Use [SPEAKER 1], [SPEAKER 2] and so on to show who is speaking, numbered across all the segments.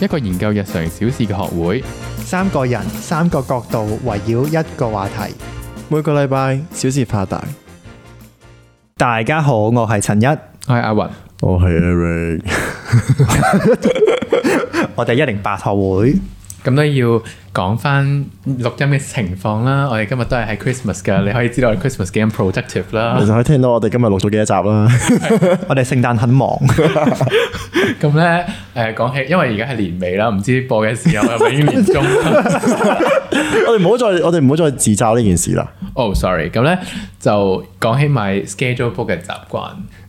[SPEAKER 1] 一個研究日常小事嘅學會，
[SPEAKER 2] 三個人，三個角度，圍繞一個話題。
[SPEAKER 3] 每個禮拜小事化大。
[SPEAKER 2] 大家好，我係陳一，
[SPEAKER 1] 我係阿雲。
[SPEAKER 3] 我哦係啊 Eric，
[SPEAKER 2] 我哋一零八學會。
[SPEAKER 1] 咁都要講翻錄音嘅情況啦。我哋今日都係喺 Christmas 㗎，你可以知道我哋 Christmas 幾咁 productive 啦
[SPEAKER 3] 你。就可以聽到我哋今日錄咗幾多集啦。
[SPEAKER 2] 我哋聖誕很 忙，
[SPEAKER 1] 咁咧誒講起，因為而家係年尾啦，唔知播嘅時候係咪已經年中啦？
[SPEAKER 3] 我哋唔好再，我哋唔好再自嘲呢件事啦。
[SPEAKER 1] 哦、s o r r y 咁咧就講起買 schedule book 嘅習慣。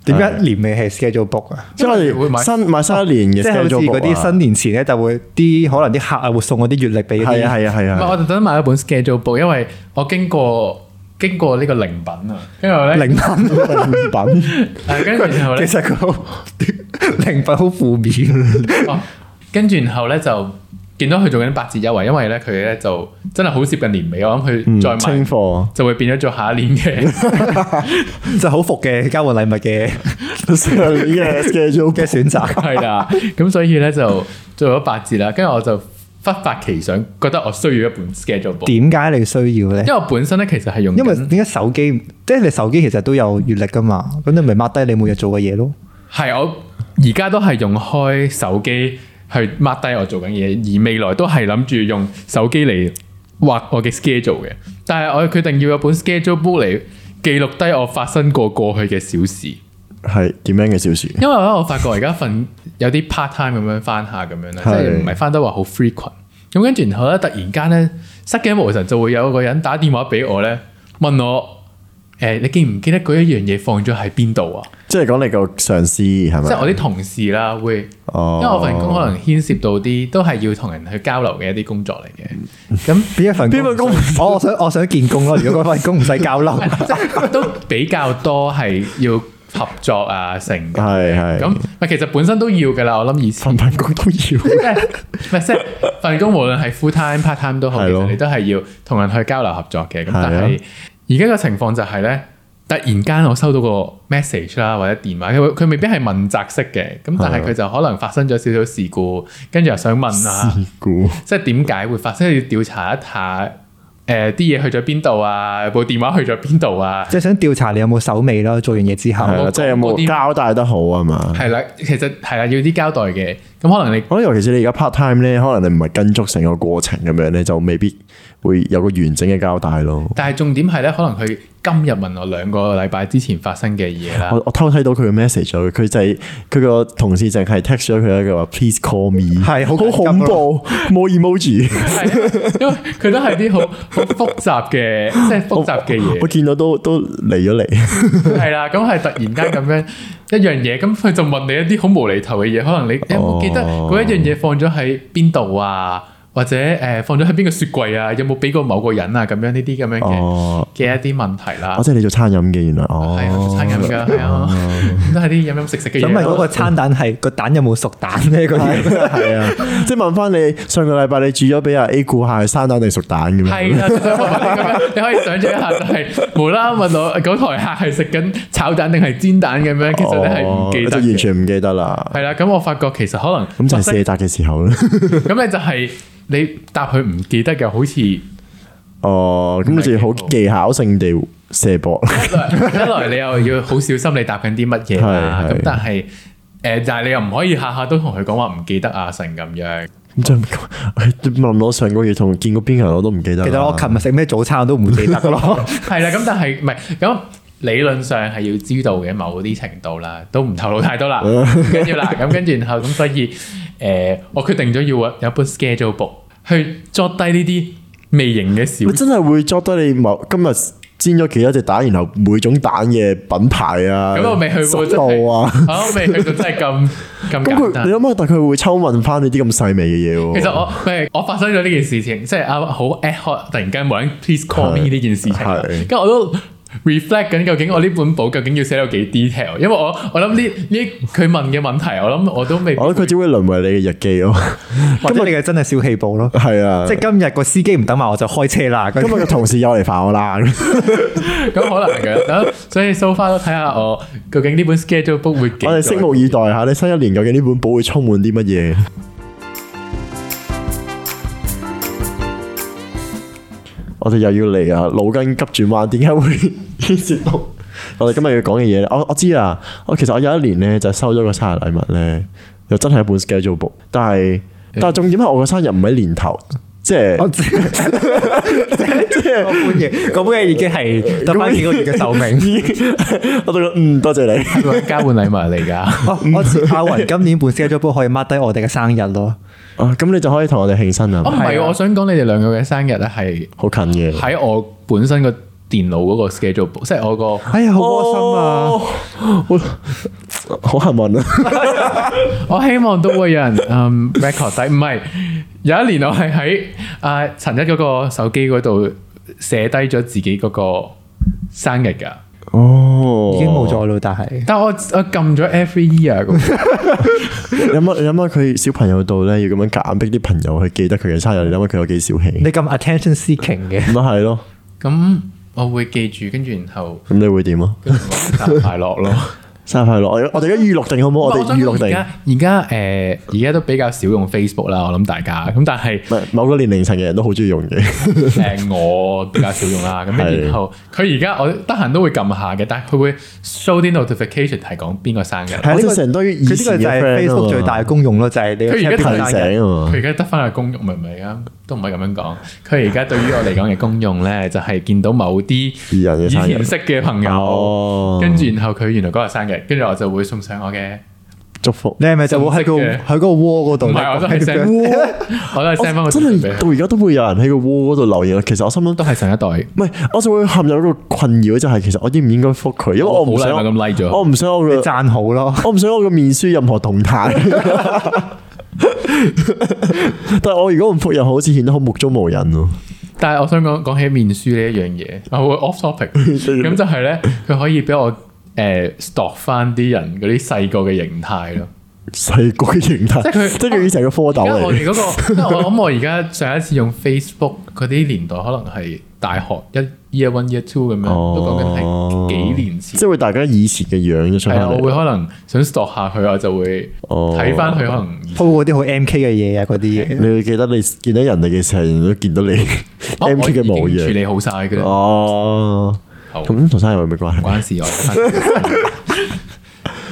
[SPEAKER 2] 點解年尾係 schedule book 啊？
[SPEAKER 3] 即係
[SPEAKER 1] 會
[SPEAKER 3] 我
[SPEAKER 1] 買
[SPEAKER 3] 哋新買新一年
[SPEAKER 2] 即
[SPEAKER 3] 嘅
[SPEAKER 2] 係好似
[SPEAKER 3] schedule
[SPEAKER 2] 嗰
[SPEAKER 3] book
[SPEAKER 2] 啲
[SPEAKER 3] 啊
[SPEAKER 2] 新年前咧，就會啲可能啲客啊會送嗰啲月曆 俾
[SPEAKER 3] 係啊
[SPEAKER 2] 啲。
[SPEAKER 3] 係啊係
[SPEAKER 1] 唔係，
[SPEAKER 3] 啊。
[SPEAKER 1] 我特登買咗本 schedule book，因為我經過經過呢個零品啊，跟住咧，
[SPEAKER 2] 零品，
[SPEAKER 3] 品
[SPEAKER 1] 誒跟住然後咧
[SPEAKER 2] 其，實佢好 零品好負 面。
[SPEAKER 1] 哦，跟住然後咧就見到佢做緊八折優惠，因為咧佢咧就真係好接近年尾，我諗
[SPEAKER 2] 嗯
[SPEAKER 1] 佢再買
[SPEAKER 3] 清貨，
[SPEAKER 1] 就會變咗做下一年嘅
[SPEAKER 2] 就好服嘅交換禮物 嘅
[SPEAKER 3] 上年嘅 schedule
[SPEAKER 2] 嘅
[SPEAKER 3] book
[SPEAKER 2] 選擇。
[SPEAKER 1] 係啦。咁所以咧就做咗八折啦，跟住我就忽發奇想，覺得我需要一本 schedule book，
[SPEAKER 2] 點解你需要咧
[SPEAKER 1] 因為？我本身咧其實係用
[SPEAKER 2] 因為
[SPEAKER 1] 緊
[SPEAKER 2] 點解手機即係你手機其實都有月曆噶嘛，咁你咪 mark 低你每日做嘅嘢咯。
[SPEAKER 1] 係我而家都係用開手機去 mark 低我做緊嘢，而未來都係諗住用手機嚟畫我嘅 schedule 嘅。但係我決定要有本 schedule book 嚟記錄低我發生過過去嘅小事，
[SPEAKER 3] 係點樣嘅小事？
[SPEAKER 1] 因為咧我發覺而家份有啲 part time 咁樣翻下咁樣咧，即係
[SPEAKER 3] 係
[SPEAKER 1] 唔係翻得話好 frequent。咁跟住然後咧，突然間咧失驚無神就會有個人打電話俾我咧，問我誒、你記唔記得嗰一樣嘢放咗喺邊度啊？
[SPEAKER 3] 即係講你個上司係咪？
[SPEAKER 1] 即係我啲同事啦，會。
[SPEAKER 3] 哦，
[SPEAKER 1] 因為我份工可能牽涉到啲都係要同人去交流嘅一啲工作嚟 嘅，咁
[SPEAKER 2] 嗯邊一份哦
[SPEAKER 3] 邊份工
[SPEAKER 2] 我我想我想見工咯。如果嗰份工唔使交 流，
[SPEAKER 1] 即係都比較多係要合作啊成嘅。
[SPEAKER 3] 係係
[SPEAKER 1] 咁咪其實本身都要㗎啦，我諗以前
[SPEAKER 3] 份份工都要。
[SPEAKER 1] 即係唔係即係份工，無論係 full time、part time 都好，其
[SPEAKER 3] 係咯
[SPEAKER 1] 實你都係要同人去交流合作嘅。咁
[SPEAKER 3] 係啊
[SPEAKER 1] 但係而家個情況就係咧，突然間我收到個 message 啦，或者電話，佢佢未必係問責式嘅，咁
[SPEAKER 3] 啊
[SPEAKER 1] 但係佢就可能發生咗少少事故，跟住又想問啊。
[SPEAKER 3] 估
[SPEAKER 1] 即係點解會發生？要調查一下誒啲嘢去咗邊度啊，部電話去咗邊度啊？
[SPEAKER 2] 即係想調查你有冇手尾咯。做完嘢之後，
[SPEAKER 3] 係
[SPEAKER 1] 我
[SPEAKER 3] 啦，即係有
[SPEAKER 1] 嗰啲
[SPEAKER 3] 冇交代得好啊嘛？
[SPEAKER 1] 係啦，其實係啦，要啲交代嘅。咁可能你
[SPEAKER 3] 我覺得尤其是你而家 part time 咧，可能你唔係跟足成個過程咁樣咧，就未必會有個完整嘅交代咯。
[SPEAKER 1] 但係重點係咧，可能佢今日問我兩個禮拜之前發生嘅嘢啦。
[SPEAKER 3] 我我偷睇到佢嘅 message 咗，佢就係佢個同事淨係 text 咗佢一句話，please call me，
[SPEAKER 2] 係好
[SPEAKER 3] 好
[SPEAKER 2] 緊急啊
[SPEAKER 3] 恐怖，冇 emoji，
[SPEAKER 1] 係啊因為佢都係啲好 好複雜嘅，即係複雜嘅
[SPEAKER 3] 我
[SPEAKER 1] 嘢。
[SPEAKER 3] 見到都都嚟咗嚟，
[SPEAKER 1] 係啦，咁係突然間咁樣一樣嘢，咁佢就問你一啲好無厘頭嘅嘢，可能你你有冇記得
[SPEAKER 3] 哦
[SPEAKER 1] 嗰一樣嘢放咗喺邊度啊？或者誒、呃放咗喺邊個雪櫃啊？有冇俾過某個人啊？咁樣呢啲咁樣嘅。
[SPEAKER 3] 哦，
[SPEAKER 1] 嘅一啲問題啦
[SPEAKER 3] 我，即係你做餐飲嘅原來，哦，
[SPEAKER 1] 係啊，做餐飲㗎，係啊， 都係啲飲飲食食嘅嘢
[SPEAKER 2] 哦咁咪嗰
[SPEAKER 1] 咯。
[SPEAKER 2] 個餐蛋係個蛋有冇熟蛋咧？嗰啲
[SPEAKER 3] 係啊，即係問翻你上個禮拜你煮咗俾阿 A 顧客係生蛋定熟蛋咁樣，
[SPEAKER 1] 係啊啦，
[SPEAKER 3] 嗯
[SPEAKER 1] 你可以想象一下，就係無啦啦問我嗰台客係食緊炒蛋定係煎蛋咁樣，其實你係唔記
[SPEAKER 3] 哦
[SPEAKER 1] 得
[SPEAKER 3] 就完
[SPEAKER 1] 嘅。
[SPEAKER 3] 全唔記得啦。
[SPEAKER 1] 係啦，咁我發覺其實可能
[SPEAKER 3] 咁就係
[SPEAKER 1] 發生
[SPEAKER 3] 卸責嘅時候啦。
[SPEAKER 1] 咁你就係你答佢唔記得嘅，好似一
[SPEAKER 3] 哦，咁就要好技巧性地射波，
[SPEAKER 1] 來一來你又要好小心你答緊啲乜嘢啦，
[SPEAKER 3] 係係
[SPEAKER 1] 咁但係誒，但係你又唔可以下下都同佢講話唔記得啊成咁樣。
[SPEAKER 3] 咁真係唉問我上個月同見過邊個人我都唔記得啦。
[SPEAKER 2] 其實我琴日食咩早餐我都唔記得咯。
[SPEAKER 1] 係啦，咁但係唔係咁理論上係要知道嘅某啲程度啦，都唔透露太多 啦。跟住啦，咁跟住然後咁，所以誒、呃我決定咗要揾有一本 schedule book 去作低呢啲微型嘅小
[SPEAKER 3] 你真係會捉得你某今日煎咗幾多隻蛋，然後每種蛋嘅品牌啊，
[SPEAKER 1] 咁我未去過
[SPEAKER 3] 濕
[SPEAKER 1] 真係
[SPEAKER 3] 度啊。
[SPEAKER 1] 我未去到真係咁咁
[SPEAKER 3] 咁
[SPEAKER 1] 簡
[SPEAKER 3] 佢你
[SPEAKER 1] 單。
[SPEAKER 3] 諗下，但佢會抽問翻你啲咁細微嘅嘢喎。
[SPEAKER 1] 其實我唔係我發生咗呢件事情，即係啊好 ad hoc 突然間冇人 please call me
[SPEAKER 3] 係
[SPEAKER 1] 呢件事情啦，
[SPEAKER 3] 係
[SPEAKER 1] 跟住我都 reflect 緊究竟我呢本簿究竟要寫到幾 detail，因為我我諗呢呢佢問嘅問題，我諗我都未必
[SPEAKER 3] 我覺得佢只會淪為你嘅日記咯。
[SPEAKER 2] 或者你嘅真係小氣部咯。
[SPEAKER 3] 係 啊，
[SPEAKER 2] 即
[SPEAKER 3] 即
[SPEAKER 2] 係今日個司機唔等埋我就開車啦。
[SPEAKER 3] 今日嘅同事又嚟煩我啦。
[SPEAKER 1] 咁可能嘅， 咁所以 so far 都睇下我究竟呢本 schedule book 會幾
[SPEAKER 3] 我哋拭目以待下，你新一年究竟呢本簿會充滿啲乜嘢？ 我哋又要嚟啊！腦筋急轉彎，點解會 牽涉到我哋今日要講嘅嘢咧？我我知啦，我其實我有一年咧就收咗個生日禮物咧，又真係一本 schedule book，但係但係重點係我個生日唔喺年頭，即係
[SPEAKER 2] 我知即 係我半夜，嗰本嘢已經係得翻幾個月嘅壽命。
[SPEAKER 3] 我都覺得嗯多謝 你。
[SPEAKER 1] 待交換禮物嚟 㗎。
[SPEAKER 2] 我哦我知阿雲今年本 schedule book 可以 mark 低我哋嘅生日咯。
[SPEAKER 3] 啊，咁你就可以同我哋慶生啦
[SPEAKER 1] 哦，，唔係喎，我想講你哋兩個嘅生日咧係
[SPEAKER 3] 好近嘅。
[SPEAKER 1] 喺我本身個電腦嗰個 schedule book，即係我個
[SPEAKER 2] 哎呀，好窩心啊！
[SPEAKER 1] 哦
[SPEAKER 3] 好！好幸運啊！
[SPEAKER 1] 我希望都會有人 嗯 record 低，唔係有一年我係喺啊陳一嗰個手機嗰度寫低咗自己嗰個生日㗎，
[SPEAKER 3] 哦，
[SPEAKER 2] 已經冇咗咯，但係
[SPEAKER 1] 但我我撳咗 every year 咁，
[SPEAKER 3] 你諗下，你諗下佢小朋友度咧，要咁樣夾硬逼啲朋友去記得佢嘅生日，你諗下佢有幾小氣？
[SPEAKER 2] 你咁 attention seeking 嘅，
[SPEAKER 3] 咁啊係咯，
[SPEAKER 1] 咁我會記住，跟住然後
[SPEAKER 3] 咁你會點啊？
[SPEAKER 1] 跟住我生日快樂咯。
[SPEAKER 3] 生日快樂！我我哋而家預錄定好唔 好？我哋
[SPEAKER 1] 唔係
[SPEAKER 3] 預
[SPEAKER 1] 想
[SPEAKER 3] 錄
[SPEAKER 1] 講而
[SPEAKER 3] 定
[SPEAKER 1] 家而家誒而家都比較少用 Facebook 啦，我諗大家咁，但 係
[SPEAKER 3] 唔係，某個年齡層嘅人都好中意用 嘅。
[SPEAKER 1] 誒我比較少用 啦。咁
[SPEAKER 3] 係
[SPEAKER 1] 然後佢而家我得閒都會撳下嘅，但係佢會 show 啲 notification 係講邊個生日。
[SPEAKER 3] 係啊，
[SPEAKER 2] 呢
[SPEAKER 3] 即
[SPEAKER 2] 個
[SPEAKER 3] 係成堆以
[SPEAKER 2] 佢呢個
[SPEAKER 3] 前嘅
[SPEAKER 2] 就係
[SPEAKER 3] friend 啊嘛
[SPEAKER 2] Facebook 最大嘅功用咯，就係你
[SPEAKER 1] 佢而家
[SPEAKER 2] 睇
[SPEAKER 3] 提醒啊嘛
[SPEAKER 1] 佢。而家得翻個功用，唔係唔係啊，都唔係咁樣講。佢而家對於我嚟講嘅功用咧，就係見到某啲
[SPEAKER 3] 二人
[SPEAKER 1] 以
[SPEAKER 3] 嘅生日
[SPEAKER 1] 前識嘅朋友，
[SPEAKER 3] 哦，
[SPEAKER 1] 跟住然後佢原來嗰日生日，跟住我就會送上我嘅，
[SPEAKER 3] 祝福。
[SPEAKER 2] 你係咪就會喺個
[SPEAKER 1] 信息嘅
[SPEAKER 2] 喺嗰個窩嗰度？
[SPEAKER 1] 唔係我都係 send，我都係 send 翻個
[SPEAKER 3] 真
[SPEAKER 1] message 俾
[SPEAKER 3] 係
[SPEAKER 1] 佢，
[SPEAKER 3] 到而家都會有人喺個窩嗰度留言。其實我心諗
[SPEAKER 1] 都係上一代。
[SPEAKER 3] 唔係，我就會陷入一個困擾，就係其實我應唔應該覆佢，因為我唔想
[SPEAKER 1] 好禮物咁 like 咗
[SPEAKER 3] 我唔想我
[SPEAKER 2] 你
[SPEAKER 3] 嘅
[SPEAKER 2] 讚好咯。
[SPEAKER 3] 我唔想我嘅面書任何動態。但係我如果唔覆又好似顯得好目中無人咯。
[SPEAKER 1] 但係我想講講起面書呢一樣嘢，我會 off topic，咁就係咧，佢可以俾我誒 stalk 翻啲人嗰啲細個嘅形態咯。
[SPEAKER 3] 細個嘅形態，
[SPEAKER 1] 即係佢啊
[SPEAKER 3] 即係佢以前係個蝌
[SPEAKER 1] 而家
[SPEAKER 3] 蚪
[SPEAKER 1] 我哋
[SPEAKER 3] 嚟。
[SPEAKER 1] 嗰、個，因為我諗我而家上一次用 Facebook 嗰啲年代，可能係大學一 year one year two 咁樣，都講緊係幾年
[SPEAKER 3] 哦即
[SPEAKER 1] 前。
[SPEAKER 3] 係會大家以前嘅樣出
[SPEAKER 1] 係啊，我會
[SPEAKER 3] 嚟。
[SPEAKER 1] 可能想 stalk 下佢，我就會
[SPEAKER 3] 哦
[SPEAKER 1] 睇翻佢可能。
[SPEAKER 2] 鋪嗰啲好 M K 嘅嘢啊，嗰啲嘢
[SPEAKER 3] 你會記得你見到人哋嘅時候，人都見到你 M K 嘅模
[SPEAKER 1] 哦我已經處
[SPEAKER 3] 樣。
[SPEAKER 1] 理好晒嘅啦，
[SPEAKER 3] 哦，
[SPEAKER 1] 好唔
[SPEAKER 3] 咁同生日有咩關係？
[SPEAKER 1] 關事 我。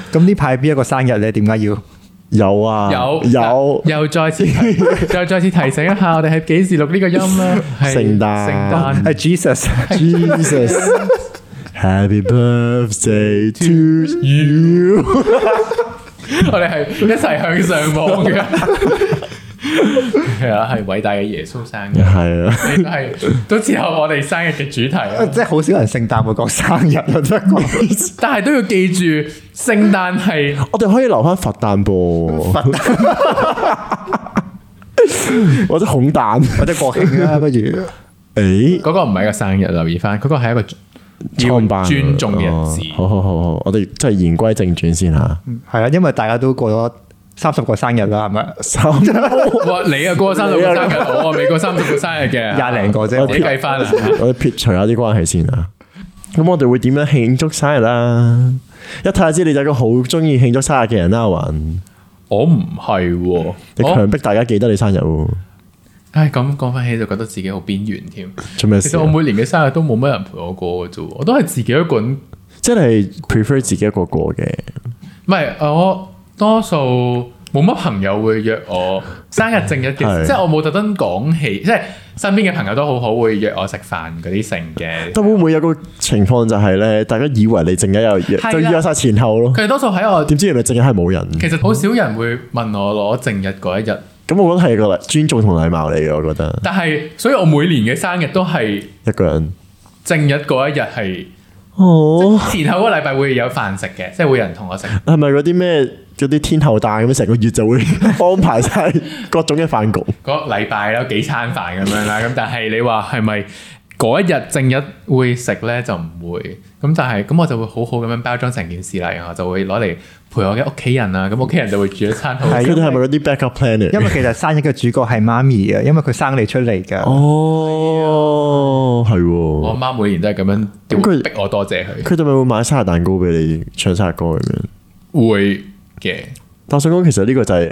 [SPEAKER 2] 咁呢排邊一個生日咧？點解要？
[SPEAKER 1] 嗯
[SPEAKER 3] 有啊，
[SPEAKER 1] 有
[SPEAKER 3] 有
[SPEAKER 1] 又再 次提再再次提醒一下，我哋係幾時錄呢個音啦？係
[SPEAKER 3] 聖誕
[SPEAKER 1] 聖誕
[SPEAKER 2] 係 Jesus，
[SPEAKER 3] Jesus。Happy birthday to you！
[SPEAKER 1] 我哋係一齊向上望嘅。 係啊，係偉大嘅耶穌生日，
[SPEAKER 3] 係啊。
[SPEAKER 1] 你都係都之後我哋生日嘅主題 啊。
[SPEAKER 2] 即係好少人聖誕會講生日啊，真係
[SPEAKER 1] 但係都要記住，聖誕係
[SPEAKER 3] 我哋可以留翻佛誕噃， 或者孔誕。
[SPEAKER 2] 或者國慶啊，不如
[SPEAKER 3] 誒，
[SPEAKER 1] 嗰個唔係一個生日，留意翻，嗰個係一個
[SPEAKER 3] 創辦
[SPEAKER 1] 要尊重嘅日子。
[SPEAKER 3] 哦好好好好，我哋真係言歸正傳先嚇。
[SPEAKER 1] 嗯
[SPEAKER 2] 係啊，因為大家都過咗三十個生日啦，係咪？
[SPEAKER 3] 三
[SPEAKER 1] 哇！你啊過生日過生日，我啊未過三十個生日嘅，
[SPEAKER 2] 廿零個啫
[SPEAKER 1] 自己計翻 啊。
[SPEAKER 3] 我哋撇除下啲關係先啊。咁我哋會點樣慶祝生日啦？一睇下知你就係一個好中意慶祝生日嘅人啦，阿雲。
[SPEAKER 1] 我唔係喎，
[SPEAKER 3] 你
[SPEAKER 1] 我
[SPEAKER 3] 強迫大家記得你生日喎，
[SPEAKER 1] 唉，咁講翻起就覺得自己好邊緣添。
[SPEAKER 3] 做咩
[SPEAKER 1] 其
[SPEAKER 3] 事
[SPEAKER 1] 實
[SPEAKER 3] 啊
[SPEAKER 1] 我？每年嘅生日都冇乜人陪我過嘅啫喎，我都係自己一個人。唔
[SPEAKER 3] 即係你 prefer 自己一個過嘅。
[SPEAKER 1] 係呃我多數冇乜朋友會約我 生日正日嘅，
[SPEAKER 3] 係
[SPEAKER 1] 即係我冇特登講起，即係身邊嘅朋友都好好會約我食飯嗰啲成嘅。
[SPEAKER 3] 但會唔會有個情況就係咧，大家以為你淨係有約，
[SPEAKER 1] 係啊
[SPEAKER 3] 就約晒前後咯？
[SPEAKER 1] 佢哋多數喺我，
[SPEAKER 3] 點知原來淨係冇人。
[SPEAKER 1] 其實好少人會問我攞正日嗰一日，
[SPEAKER 3] 咁我覺得係個禮尊重同禮貌嚟嘅，我覺得
[SPEAKER 1] 但係所以我每年嘅生日都係
[SPEAKER 3] 一個人。
[SPEAKER 1] 正日嗰一日係
[SPEAKER 3] 哦，
[SPEAKER 1] 前後嗰個禮拜會有飯食嘅，即係會有人同我食。
[SPEAKER 3] 係咪嗰啲咩嗰啲天后誕咁樣成個月就會安排晒各種嘅飯局？
[SPEAKER 1] 嗰個禮拜啦，幾餐飯咁樣啦。咁但係你話係咪嗰一日正日會食咧就唔會，咁但係咁我就會好好咁樣包裝成件事啦，然後就會攞嚟陪我嘅屋企人啊，咁屋企人就會煮一餐好。
[SPEAKER 2] 係
[SPEAKER 3] 佢哋係咪嗰啲 backup plan 嚟
[SPEAKER 2] 因
[SPEAKER 3] 㗎？
[SPEAKER 2] 為其實生日嘅主角係媽咪啊，因為佢生你出嚟㗎。
[SPEAKER 3] 哦，係
[SPEAKER 1] 我
[SPEAKER 3] 喎。
[SPEAKER 1] 媽每年都係咁樣
[SPEAKER 3] 咁佢
[SPEAKER 1] 逼我多謝佢，
[SPEAKER 3] 佢哋咪會買生日蛋糕俾你唱生日歌咁樣。
[SPEAKER 1] 會嘅。
[SPEAKER 3] 但我想講，其實呢個就係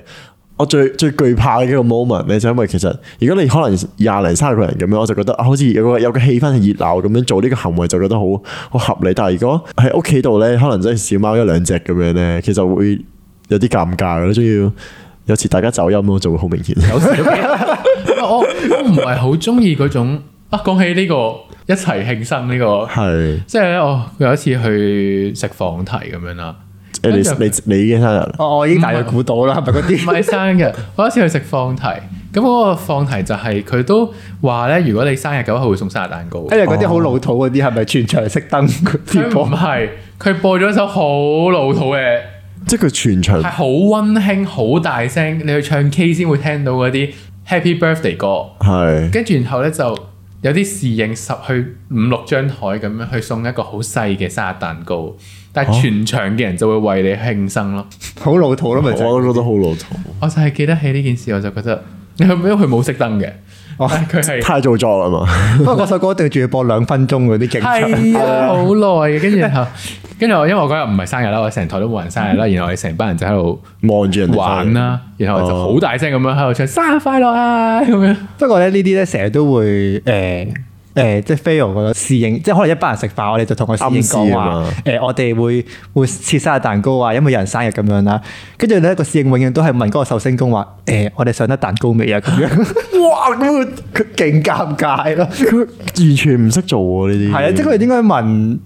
[SPEAKER 3] 我最最懼怕嘅一個 moment 咧，就因為其實如果你可能廿零三十個人咁樣，我就覺得啊，好似有個有個氣氛係熱鬧咁樣做呢個行為，就覺得好好合理。但係如果喺屋企度咧，可能真係小貓一兩隻咁樣咧，其實會有啲尷尬嘅咯，仲要有時大家走音咯，就會好明顯。
[SPEAKER 1] 有時都幾我我唔係好中意嗰種啊。講起呢、個一齊慶生呢、個，
[SPEAKER 3] 係
[SPEAKER 1] 即係咧，我有一次去食放題咁樣啦，
[SPEAKER 3] 誒
[SPEAKER 1] 跟住
[SPEAKER 3] 你你你嘅生日
[SPEAKER 2] 哦，我已經大概估到啦，
[SPEAKER 3] 啊
[SPEAKER 2] 係咪嗰
[SPEAKER 1] 唔
[SPEAKER 2] 啲？
[SPEAKER 1] 係生日，我有一次去食放題，咁嗰個放題就係、佢都話咧，如果你生日嘅話，佢會送生日蛋糕。
[SPEAKER 2] 因為嗰啲好老土嗰啲，係咪全場熄燈嗰
[SPEAKER 1] 佢
[SPEAKER 2] 啲
[SPEAKER 1] 唔
[SPEAKER 3] 嗯
[SPEAKER 2] 播？
[SPEAKER 1] 係，佢播咗一首好老土嘅，
[SPEAKER 3] 即係佢全場
[SPEAKER 1] 係好温馨、好大聲，你去唱 K 先會聽到嗰啲 Happy Birthday 歌。
[SPEAKER 3] 係
[SPEAKER 1] 跟住然後咧就有啲侍應十去五六張台咁樣去送一個好細嘅生日蛋糕，但係全場嘅人就會為你慶生咯。
[SPEAKER 2] 好老土咯，咪就
[SPEAKER 3] 我
[SPEAKER 2] 係
[SPEAKER 3] 都覺得好老土，
[SPEAKER 1] 我就係記得起呢件事，我就覺得 因為佢冇熄燈嘅，
[SPEAKER 2] 哦
[SPEAKER 1] 但係佢係
[SPEAKER 3] 太做作啦嘛。
[SPEAKER 2] 不過嗰首歌一定仲要播兩分鐘嗰啲勁長。
[SPEAKER 1] 係啊好耐嘅。跟住然 後跟住我因為我嗰日唔係生日啦，我成台都冇人生日啦，然後我哋成班人就喺度
[SPEAKER 3] 望住人哋
[SPEAKER 1] 玩啊啦，然後就
[SPEAKER 3] 哦
[SPEAKER 1] 好大聲咁樣喺度唱生日快樂啊咁樣。
[SPEAKER 2] 不過咧，呢啲咧成日都會誒誒、即係 fail 個侍應，即係可能一班人食飯，我哋就同個侍應講話
[SPEAKER 3] 暗示啊嘛
[SPEAKER 2] 誒，我哋會會切生日蛋糕啊，因為有人生日咁樣啦。跟住咧，個侍應永遠都係問嗰個壽星公話誒、我哋上得蛋糕未啊？咁樣，哇！咁 佢佢勁尷尬咯。
[SPEAKER 3] 佢完全唔識做喎呢啲。
[SPEAKER 2] 係啊，即係佢應該
[SPEAKER 3] 嗯
[SPEAKER 2] 問，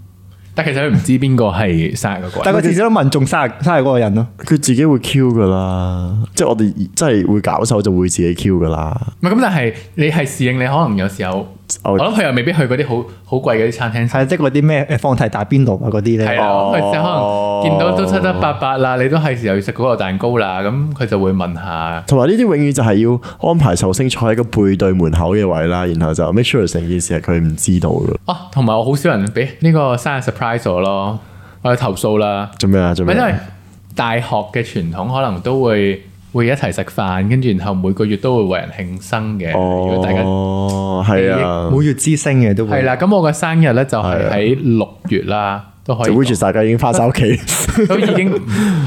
[SPEAKER 1] 但其實佢唔知邊個係生日嗰個
[SPEAKER 2] 但
[SPEAKER 1] 人。
[SPEAKER 2] 係佢至少都問中生日生日嗰個人咯。
[SPEAKER 3] 佢自己會 Q 噶啦，即係我哋真係會搞手就會自己 Q 噶啦。
[SPEAKER 1] 唔係咁，但係你係侍應，你可能有時候。
[SPEAKER 3] 我
[SPEAKER 1] 我諗佢又未必去嗰啲好好貴嗰啲餐廳食，
[SPEAKER 2] 係啊即係嗰啲咩誒放題打邊爐啊嗰
[SPEAKER 1] 係
[SPEAKER 2] 啲咧。
[SPEAKER 1] 啦，
[SPEAKER 3] 哦
[SPEAKER 1] 佢就可能見到都七七八八啦，你都係時候要食嗰個蛋糕啦，咁佢就會問下，
[SPEAKER 3] 同埋呢啲永遠就係要安排壽星坐喺個背對門口嘅位啦，然後就 make sure 成件事係佢唔知道嘅。
[SPEAKER 1] 啊，同埋我好少人俾呢個生日 surprise 我咯，我去投訴啦，
[SPEAKER 3] 做咩啊？做
[SPEAKER 1] 咪
[SPEAKER 3] 咩
[SPEAKER 1] 因
[SPEAKER 3] 啊？
[SPEAKER 1] 為大學嘅傳統可能都會會一齊食飯，跟住然後每個月都會為人慶生嘅，如果大家
[SPEAKER 3] 哦，係啊，
[SPEAKER 2] 每月之星嘅都會
[SPEAKER 1] 係。啦，咁我嘅生日咧就係
[SPEAKER 3] 係啊
[SPEAKER 1] 喺六月啦，都可以
[SPEAKER 3] 就 w h i
[SPEAKER 1] 講，
[SPEAKER 3] 大家已經翻晒屋企，
[SPEAKER 1] 都已經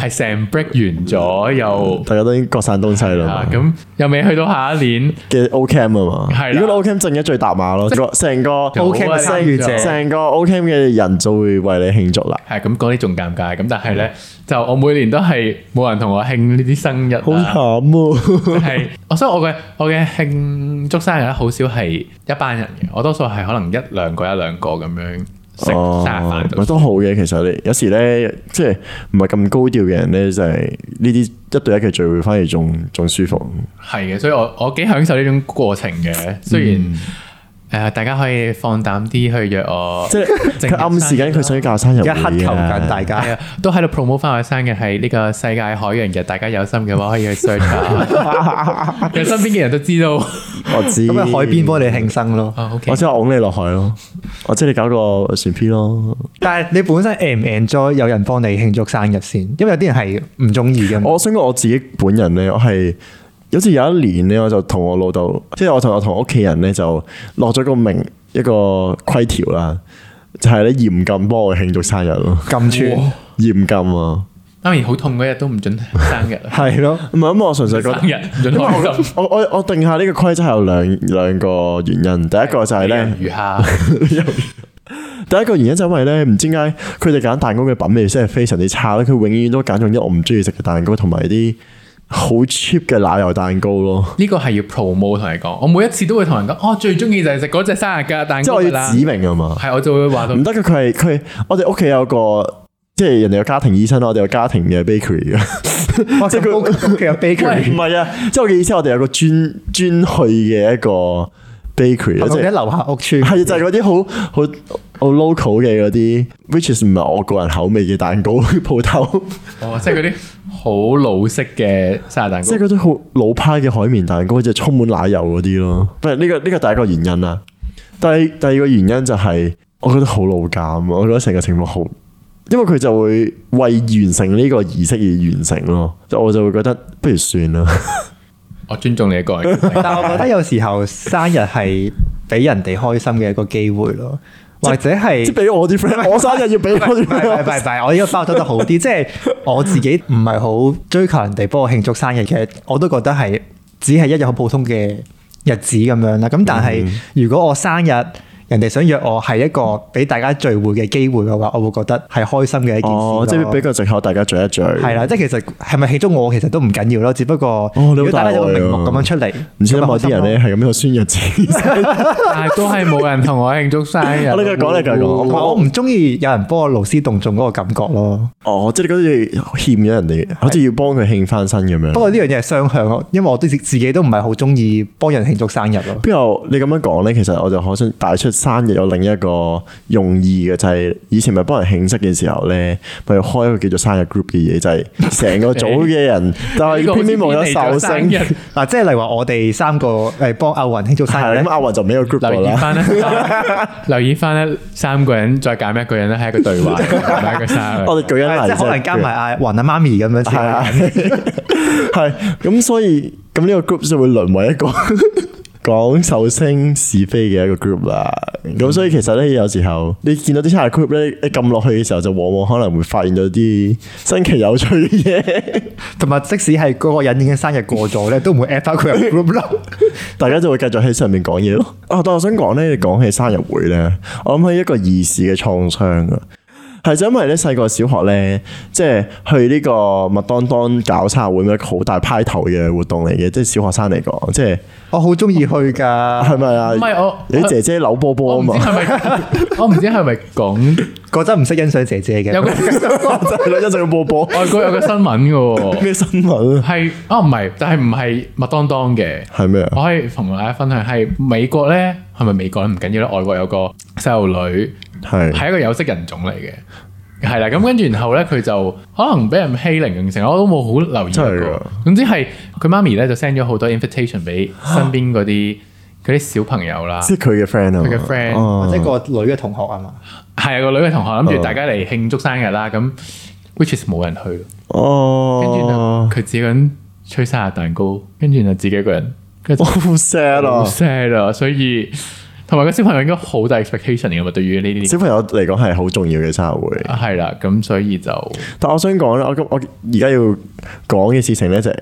[SPEAKER 1] 係成 break 完咗又。
[SPEAKER 3] 大家都已經各散東西啦
[SPEAKER 1] 啊，
[SPEAKER 3] 嘛。
[SPEAKER 1] 咁又未去到下一年，
[SPEAKER 3] 嘅 O Cam 啊嘛，
[SPEAKER 1] 係啦
[SPEAKER 3] 如果 O Cam 正一最搭馬咯，成個
[SPEAKER 1] 好啊
[SPEAKER 2] O K 嘅參與者。
[SPEAKER 3] 成個 O Cam 嘅人就會為你慶祝啦。
[SPEAKER 1] 係咁講啲仲尷尬，咁但係咧就我每年都係冇人同我慶呢啲生日
[SPEAKER 3] 好
[SPEAKER 1] 啊，
[SPEAKER 3] 慘啊！
[SPEAKER 1] 係我所以我嘅我嘅慶祝生日咧好少係一班人嘅，我多數係可能一兩個一兩個咁樣食生
[SPEAKER 3] 哦，
[SPEAKER 1] 日飯
[SPEAKER 3] 咪
[SPEAKER 1] 就。
[SPEAKER 3] 都好嘅。其實你有時咧，即係唔係咁高調嘅人咧，就係呢啲一對一嘅聚會，反而仲仲舒服。
[SPEAKER 1] 係嘅，所以我我幾享受呢種過程嘅，雖然。誒、大家可以放膽啲去約我，
[SPEAKER 3] 即係
[SPEAKER 1] 正
[SPEAKER 3] 佢
[SPEAKER 1] 日
[SPEAKER 3] 暗示緊佢想搞生日
[SPEAKER 2] 而
[SPEAKER 3] 會
[SPEAKER 2] 家乞求緊
[SPEAKER 3] 啊！
[SPEAKER 2] 大家。
[SPEAKER 1] 係啊，都喺度 promote 翻我生日係呢個世界海洋日，大家有心嘅話可以去 search 下， 其實身邊嘅人都知道。
[SPEAKER 3] 我知
[SPEAKER 2] 咁喺海邊幫你慶生咯。
[SPEAKER 1] 啊，OK，
[SPEAKER 3] 我即係㧬你落海咯，我即係你搞個船 P 咯。
[SPEAKER 2] 但係你本身 enjoy 唔 enjoy 有人幫你慶祝生日先？因為有啲人係唔中意嘅嘛。
[SPEAKER 3] 我想講我自己本人咧，我係好似有一年咧，我就同我老豆，即係我同我同屋企人咧，就落咗個明一個規條啦，就係咧嚴禁幫我慶祝生日咯，
[SPEAKER 2] 咁串
[SPEAKER 3] 嚴禁啊！
[SPEAKER 1] 當然好痛嗰日都唔准生日啦，
[SPEAKER 2] 係咯，
[SPEAKER 3] 唔係 咁，我純粹覺得
[SPEAKER 1] 生。日唔准開心。
[SPEAKER 3] 我我我定下呢個規則係有兩兩個原因， 第一個就係啊咧，
[SPEAKER 1] 魚蝦，
[SPEAKER 3] 第一個原因就係因為咧，唔知點解佢哋揀蛋糕嘅品味真係非常之差咧，佢永遠都揀中啲我唔中意食嘅蛋糕，同埋啲好 cheap 嘅奶油蛋糕咯。
[SPEAKER 1] 呢個係要 promo 同你講，我每一次都會同人講，我哦最中意就係食嗰隻生日嘅蛋
[SPEAKER 3] 即係
[SPEAKER 1] 糕
[SPEAKER 3] 我
[SPEAKER 1] 㗎
[SPEAKER 3] 要
[SPEAKER 1] 啦。
[SPEAKER 3] 指明啊嗯嘛，
[SPEAKER 1] 係，我就會話到
[SPEAKER 3] 唔，得嘅，佢係佢，我哋屋企有個即係人哋有家庭醫生啦，我哋有家庭嘅 bakery 嘅。
[SPEAKER 2] 哇！即係佢屋企有 bakery，
[SPEAKER 3] 唔係啊，即係我嘅意思，我哋有個專專去嘅一個 bakery
[SPEAKER 2] 我
[SPEAKER 3] 啊即係
[SPEAKER 2] 哋喺樓下屋村。
[SPEAKER 3] 係就係嗰啲好好好 local 嘅嗰啲，which is 唔係我個人口味嘅蛋糕 鋪頭，
[SPEAKER 1] 哦，即係嗰啲好老式嘅生日蛋
[SPEAKER 3] 即係
[SPEAKER 1] 糕。
[SPEAKER 3] 嗰啲好老派嘅海綿蛋糕，就充滿奶油嗰啲咯。不係呢個呢個第一個原因啦。啊第第二個原因就係、我覺得好老尷啊！我覺得成個情況好，因為佢就會為完成呢個儀式而完成咯。即係我就會覺得不如算啦。
[SPEAKER 1] 我尊重你一個人決定
[SPEAKER 2] 但我覺得有時候生日係俾人哋開心嘅一個機會咯，或者係
[SPEAKER 3] 即係俾我啲 friend，我生日要俾
[SPEAKER 2] 唔係唔係
[SPEAKER 3] 我啲
[SPEAKER 2] 唔係唔
[SPEAKER 3] friend。
[SPEAKER 2] 係，我呢個包裝得 好啲，即係我自己唔係好追求人哋幫我慶祝生日嘅，我都覺得係只係一日好普通嘅日子咁樣啦。咁
[SPEAKER 3] 嗯
[SPEAKER 2] 但係如果我生日，人哋想約我係一個俾大家聚會嘅機會嘅話，我會覺得係開心嘅一件事咯。
[SPEAKER 3] 哦，即係俾個藉口大家聚一聚。
[SPEAKER 2] 係
[SPEAKER 3] 係
[SPEAKER 2] 啦，即係其實係咪慶祝我其實都唔緊要咯，只不過
[SPEAKER 3] 你好
[SPEAKER 2] 如果大家有個
[SPEAKER 3] 大愛啊
[SPEAKER 2] 名目咁樣出嚟，
[SPEAKER 3] 唔知
[SPEAKER 2] 咁咪
[SPEAKER 3] 某
[SPEAKER 2] 開心
[SPEAKER 3] 啲人
[SPEAKER 2] 咯
[SPEAKER 3] 咧係咁啊樣酸日子。
[SPEAKER 1] 但係都係冇人同我慶祝生日。
[SPEAKER 3] 我呢個講你繼續講
[SPEAKER 2] 同埋我唔中意有人幫我勞師動眾嗰個感覺咯。
[SPEAKER 3] 哦，即係你嗰啲欠咗人哋，好似要幫佢慶翻身咁樣。
[SPEAKER 2] 不過呢樣嘢係雙向咯，因為我都自自己都唔係好中意幫人慶祝生日咯。
[SPEAKER 3] 邊有你咁樣講咧？其實我就可想帶出生日有另一個用意嘅，就係、以前咪幫人慶祝嘅時候咧，咪開一個叫做生日 group 嘅嘢，就係、成個組嘅人，但
[SPEAKER 1] 呢
[SPEAKER 3] 係
[SPEAKER 1] 個好似
[SPEAKER 3] 偏偏冇咗壽
[SPEAKER 1] 偏離咗生
[SPEAKER 3] 星
[SPEAKER 1] 日。
[SPEAKER 2] 嗱，即係例如話我哋三個誒幫歐雲慶祝生
[SPEAKER 3] 係啊
[SPEAKER 2] 日
[SPEAKER 3] 啦咁
[SPEAKER 2] 咧，
[SPEAKER 3] 阿雲就唔喺個 group 度
[SPEAKER 1] 留意
[SPEAKER 3] 啦。
[SPEAKER 1] 翻咧，留意翻咧，三個人再減一個人咧，係一個對 話，唔係一個生日。
[SPEAKER 3] 我哋舉一例啫，
[SPEAKER 2] 即係可能加埋阿雲啊媽咪咁樣
[SPEAKER 3] 係啊，
[SPEAKER 2] 先。
[SPEAKER 3] 係咁，所以咁呢個 group 就會淪為一個 講壽星是非嘅一個 group 啦。咁所以其實咧，有時候你見到啲差 group 咧，你撳落去嘅時候，就往往可能會發現到啲新奇有趣嘅嘢，
[SPEAKER 2] 同埋即使係嗰個人已經生日過咗咧，都唔會 add 翻佢 入 group 咯。
[SPEAKER 3] 大家就會繼續喺上面講嘢咯。啊，但我想講咧，你講起生日會咧，我諗係一個兒時嘅創傷啊。係就因為咧細個小學咧，即係去呢個麥當當搞生日會，咩好大派頭嘅活動嚟嘅，即係小學生嚟講，即係
[SPEAKER 2] 我好中意去㗎，
[SPEAKER 3] 係咪啊？
[SPEAKER 1] 唔係我
[SPEAKER 3] 你姐姐扭波波
[SPEAKER 1] 我唔
[SPEAKER 3] 啊嘛
[SPEAKER 1] 知，係咪， 我唔知係咪講
[SPEAKER 2] 嗰陣唔識欣賞姐姐嘅
[SPEAKER 1] 有。個
[SPEAKER 3] 係啦，一直要波波。
[SPEAKER 1] 外國有個新聞嘅喎，
[SPEAKER 3] 咩新聞啊？
[SPEAKER 1] 係啊唔係，但係唔係麥當當嘅。
[SPEAKER 3] 係咩啊？
[SPEAKER 1] 我可以同大家分享係美國咧，係咪美國咧唔緊要咧，外國有個細路女
[SPEAKER 3] 係
[SPEAKER 1] 係一個有色人種嚟嘅，係啦。咁跟住然後咧，佢就可能俾人欺凌形成，我都冇好留意
[SPEAKER 3] 真係㗎
[SPEAKER 1] 過。總之係佢媽咪咧就 send 咗好多 invitation 俾身邊嗰啲嗰啲小朋友啦，
[SPEAKER 3] 即係佢嘅 friend 啊嘛，
[SPEAKER 1] 佢嘅 friend，
[SPEAKER 3] 哦
[SPEAKER 2] 即係個女嘅同學啊嘛，
[SPEAKER 1] 係啊個女嘅同學諗
[SPEAKER 3] 哦
[SPEAKER 1] 住大家嚟慶祝生日啦，咁 which is 冇人去咯。跟住就
[SPEAKER 3] 哦
[SPEAKER 1] 佢，自己一個人吹生日蛋糕，跟住就自己一個人，跟住
[SPEAKER 3] 我
[SPEAKER 1] 就
[SPEAKER 3] 哦好 sad
[SPEAKER 1] 好
[SPEAKER 3] 啊！
[SPEAKER 1] sad 啊！所以同埋個小朋友應該好大 expectation 嘅嘛，對於呢啲啊
[SPEAKER 3] 小朋友嚟講係好重要嘅生日會，
[SPEAKER 1] 係啦，咁所以就
[SPEAKER 3] 但我想講咧，我今我而家要講嘅事情咧就係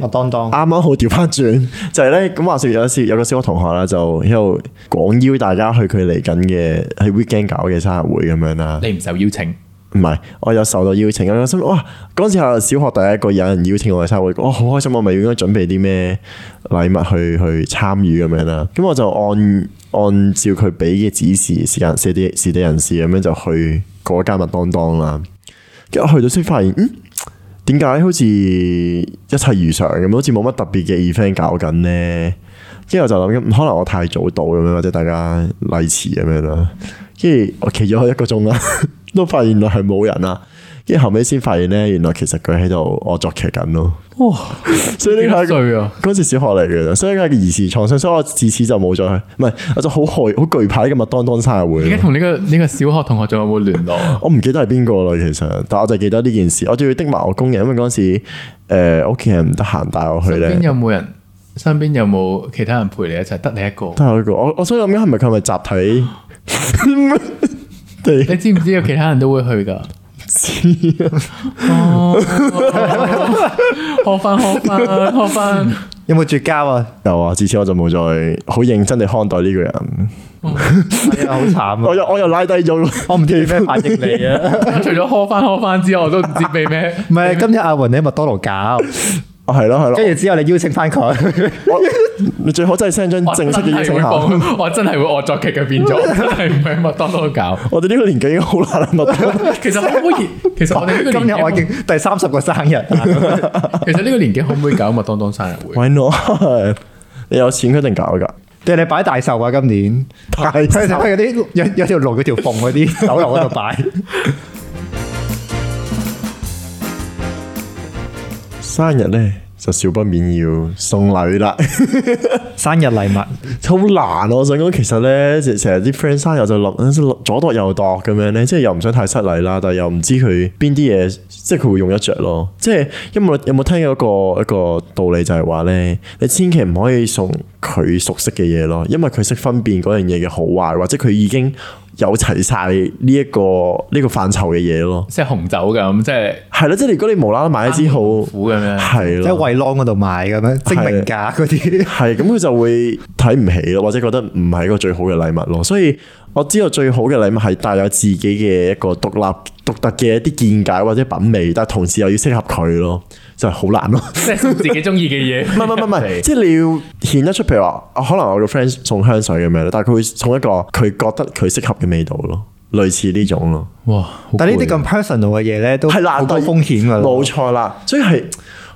[SPEAKER 2] 麥當當。
[SPEAKER 3] 啱啱好調翻轉， 就係咧咁話説有一次有個小學同學啦，就喺度廣邀大家去佢嚟緊嘅喺 weekend 搞嘅生日會咁樣啦。
[SPEAKER 1] 你唔受邀請，
[SPEAKER 3] 唔係，我有受到邀請，我心諗哇！嗰陣時係小學第一個有人邀請我去生日會，我好開心，我咪應該準備啲咩禮物去去參與咁樣啦。咁我就按按照佢俾嘅指示，是人是地是地人士咁樣就去嗰間麥當當啦。跟住我去到先發現，嗯，點解好似一切如常咁，好似冇乜特別嘅 event 搞緊呢？跟住我就諗緊，嗯可能我太早到咁樣，或者大家例遲咁樣啦。跟住我企咗一個鐘啦， 都發現原來係冇人啦。跟住後尾先發現咧，原來其實佢喺度惡作劇緊咯。哇！ 所以呢
[SPEAKER 1] 幾
[SPEAKER 3] 個係
[SPEAKER 1] 多
[SPEAKER 3] 一個
[SPEAKER 1] 歲啊？
[SPEAKER 3] 嗰陣時小學嚟嘅，所以係一個兒時創傷，所以我自此就冇再去，唔係我就好害好懼怕呢個麥當當生日
[SPEAKER 1] 而家
[SPEAKER 3] 會。
[SPEAKER 1] 同呢個呢個小學同學仲有冇聯絡？啊
[SPEAKER 3] 我唔記得係邊個啦，其實，但我就記得呢件事，我仲要的埋我工人，因為嗰陣時誒屋企人唔得閒帶 我去
[SPEAKER 1] 身
[SPEAKER 3] 咧
[SPEAKER 1] 邊，有冇人？身邊有冇其他人陪你一齊？得你一個。
[SPEAKER 3] 都係一個我我所以諗緊係咪佢係咪集體地
[SPEAKER 1] 你知唔知有其他人都會去 㗎？
[SPEAKER 3] 知啊
[SPEAKER 1] 哦，學翻學翻學翻，
[SPEAKER 2] 有冇絕交啊？
[SPEAKER 3] 有啊，自此我就冇再好認真地看待呢個人，
[SPEAKER 2] 係啊，好慘
[SPEAKER 3] 我
[SPEAKER 2] 啊！
[SPEAKER 3] 又我又拉低咗。
[SPEAKER 2] 我唔知咩反應你啊！
[SPEAKER 1] 除咗學翻學翻之外，我都唔知俾咩。
[SPEAKER 2] 唔係今日阿雲你喺麥當勞搞，
[SPEAKER 3] 啊，係咯係
[SPEAKER 2] 跟
[SPEAKER 3] 咯
[SPEAKER 2] 住之後你邀請翻佢。
[SPEAKER 3] 我，你最好真係 send 張 正式嘅邀請函。
[SPEAKER 1] 我真係會惡作劇嘅變咗，真係唔係麥當當 搞。
[SPEAKER 3] 我哋呢個年紀已經好難啦，麥當當
[SPEAKER 1] 其實可唔可以？其實我哋呢個
[SPEAKER 2] 今日
[SPEAKER 1] 年
[SPEAKER 2] 我已
[SPEAKER 1] 紀，
[SPEAKER 2] 經第三十個生日啊！
[SPEAKER 1] 其實呢個年紀可唔可以搞麥當當生日會？
[SPEAKER 3] Why not？你有錢佢一定搞噶，
[SPEAKER 2] 定係你擺大壽啊？今年
[SPEAKER 3] 大
[SPEAKER 2] 佢哋嗰啲有有條龍嗰條縫嗰啲酒樓嗰度擺。
[SPEAKER 3] 生日咧就少不免要送禮 啦。
[SPEAKER 2] 生日禮物，
[SPEAKER 3] 好難啊！我想講，其實咧，成成日啲 friend 生日就諗左度右度咁樣咧，即係又唔想太失禮啦，但係又唔知佢邊啲嘢，即係佢會用得着咯。即係因為有冇聽過一個一個道理就係話咧，你千祈唔可以送佢熟悉嘅嘢咯，因為佢識分辨嗰樣嘢嘅好壞，或者佢已經有齊晒呢一個呢、個範疇嘅嘢咯。
[SPEAKER 1] 即係紅酒咁，即係
[SPEAKER 3] 係啦，即係如果你無啦啦買一支好，
[SPEAKER 1] 苦咁樣。
[SPEAKER 3] 係
[SPEAKER 2] 啊即
[SPEAKER 3] 啦
[SPEAKER 2] 係。惠朗嗰度買咁樣，精明價嗰 啲。
[SPEAKER 3] 係咁佢就會睇唔起咯，或者覺得唔係一個最好嘅禮物咯。所以我知道最好嘅禮物係帶有自己嘅一個獨立、獨特嘅一啲見解或者品味，但係同時又要適合佢咯，就係好 難咯。
[SPEAKER 1] 即係送自己中意嘅嘢。
[SPEAKER 3] 唔係唔係唔係，即係你要顯得出，譬如話，啊可能我個 friend 送香水咁樣，但係佢會送一個佢覺得佢適合嘅味道咯，類似呢種咯。
[SPEAKER 1] 哇！好
[SPEAKER 2] 但呢
[SPEAKER 1] 攰啊
[SPEAKER 2] 啲咁 personal 嘅嘢咧，都
[SPEAKER 3] 係啦，
[SPEAKER 2] 好高
[SPEAKER 3] 但係
[SPEAKER 2] 風險㗎啦。
[SPEAKER 3] 冇錯啦，所以係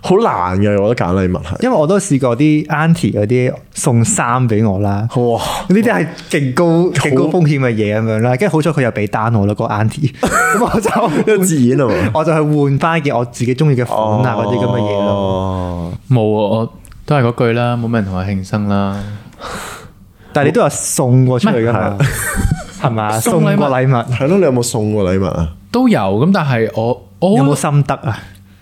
[SPEAKER 3] 好難嘅，我覺得揀禮物係。
[SPEAKER 2] 因為我都試過啲 auntie 嗰啲送衫俾我啦， 呢
[SPEAKER 3] 哇！
[SPEAKER 2] 啲係勁高勁高風險嘅嘢咁樣啦，跟住好彩佢又俾單我啦，個 auntie，咁我
[SPEAKER 3] 因為
[SPEAKER 2] 就
[SPEAKER 3] 自然啊嘛。
[SPEAKER 2] 我就去換翻件我自己中意嘅款啊
[SPEAKER 3] 哦
[SPEAKER 2] 嗰啲咁嘅嘢咯。
[SPEAKER 3] 咯。
[SPEAKER 1] 冇啊！我都係嗰句啦，冇乜人同我慶生啦。
[SPEAKER 2] 但係你都有送過出去㗎嘛，係嘛？
[SPEAKER 1] 送
[SPEAKER 2] 送
[SPEAKER 1] 禮物
[SPEAKER 2] 過禮物
[SPEAKER 3] 係咯，你有冇送過禮物啊？
[SPEAKER 1] 都有咁，但係我我
[SPEAKER 2] 有冇心得啊？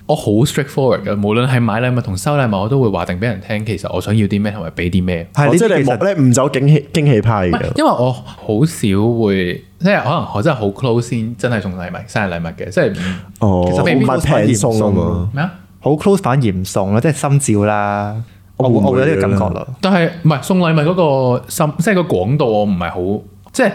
[SPEAKER 1] 我好 straightforward 嘅，無論係買禮物同收禮物，我都會話定俾人聽，其實我想要啲咩同埋俾啲咩。
[SPEAKER 2] 係
[SPEAKER 3] 哦
[SPEAKER 2] 呢
[SPEAKER 3] 即係
[SPEAKER 2] 啲
[SPEAKER 3] 你
[SPEAKER 2] 其實
[SPEAKER 3] 冇你唔走驚喜驚喜派
[SPEAKER 1] 唔係
[SPEAKER 2] 啊
[SPEAKER 3] 嘅。
[SPEAKER 1] 因為我好少會，即係可能我真係好 close 先，真係送禮物，生日禮物嘅，即係唔
[SPEAKER 3] 哦，
[SPEAKER 2] 其實
[SPEAKER 1] 未必
[SPEAKER 3] 唔係平送啊嘛。
[SPEAKER 1] 咩啊？
[SPEAKER 2] 好 close 反而唔送啦，即係心照啦。我會
[SPEAKER 3] 我會唔
[SPEAKER 2] 我
[SPEAKER 3] 會
[SPEAKER 2] 會有呢個感覺咯。
[SPEAKER 1] 但係唔係送禮物嗰個心，即係個廣度我唔係好，即係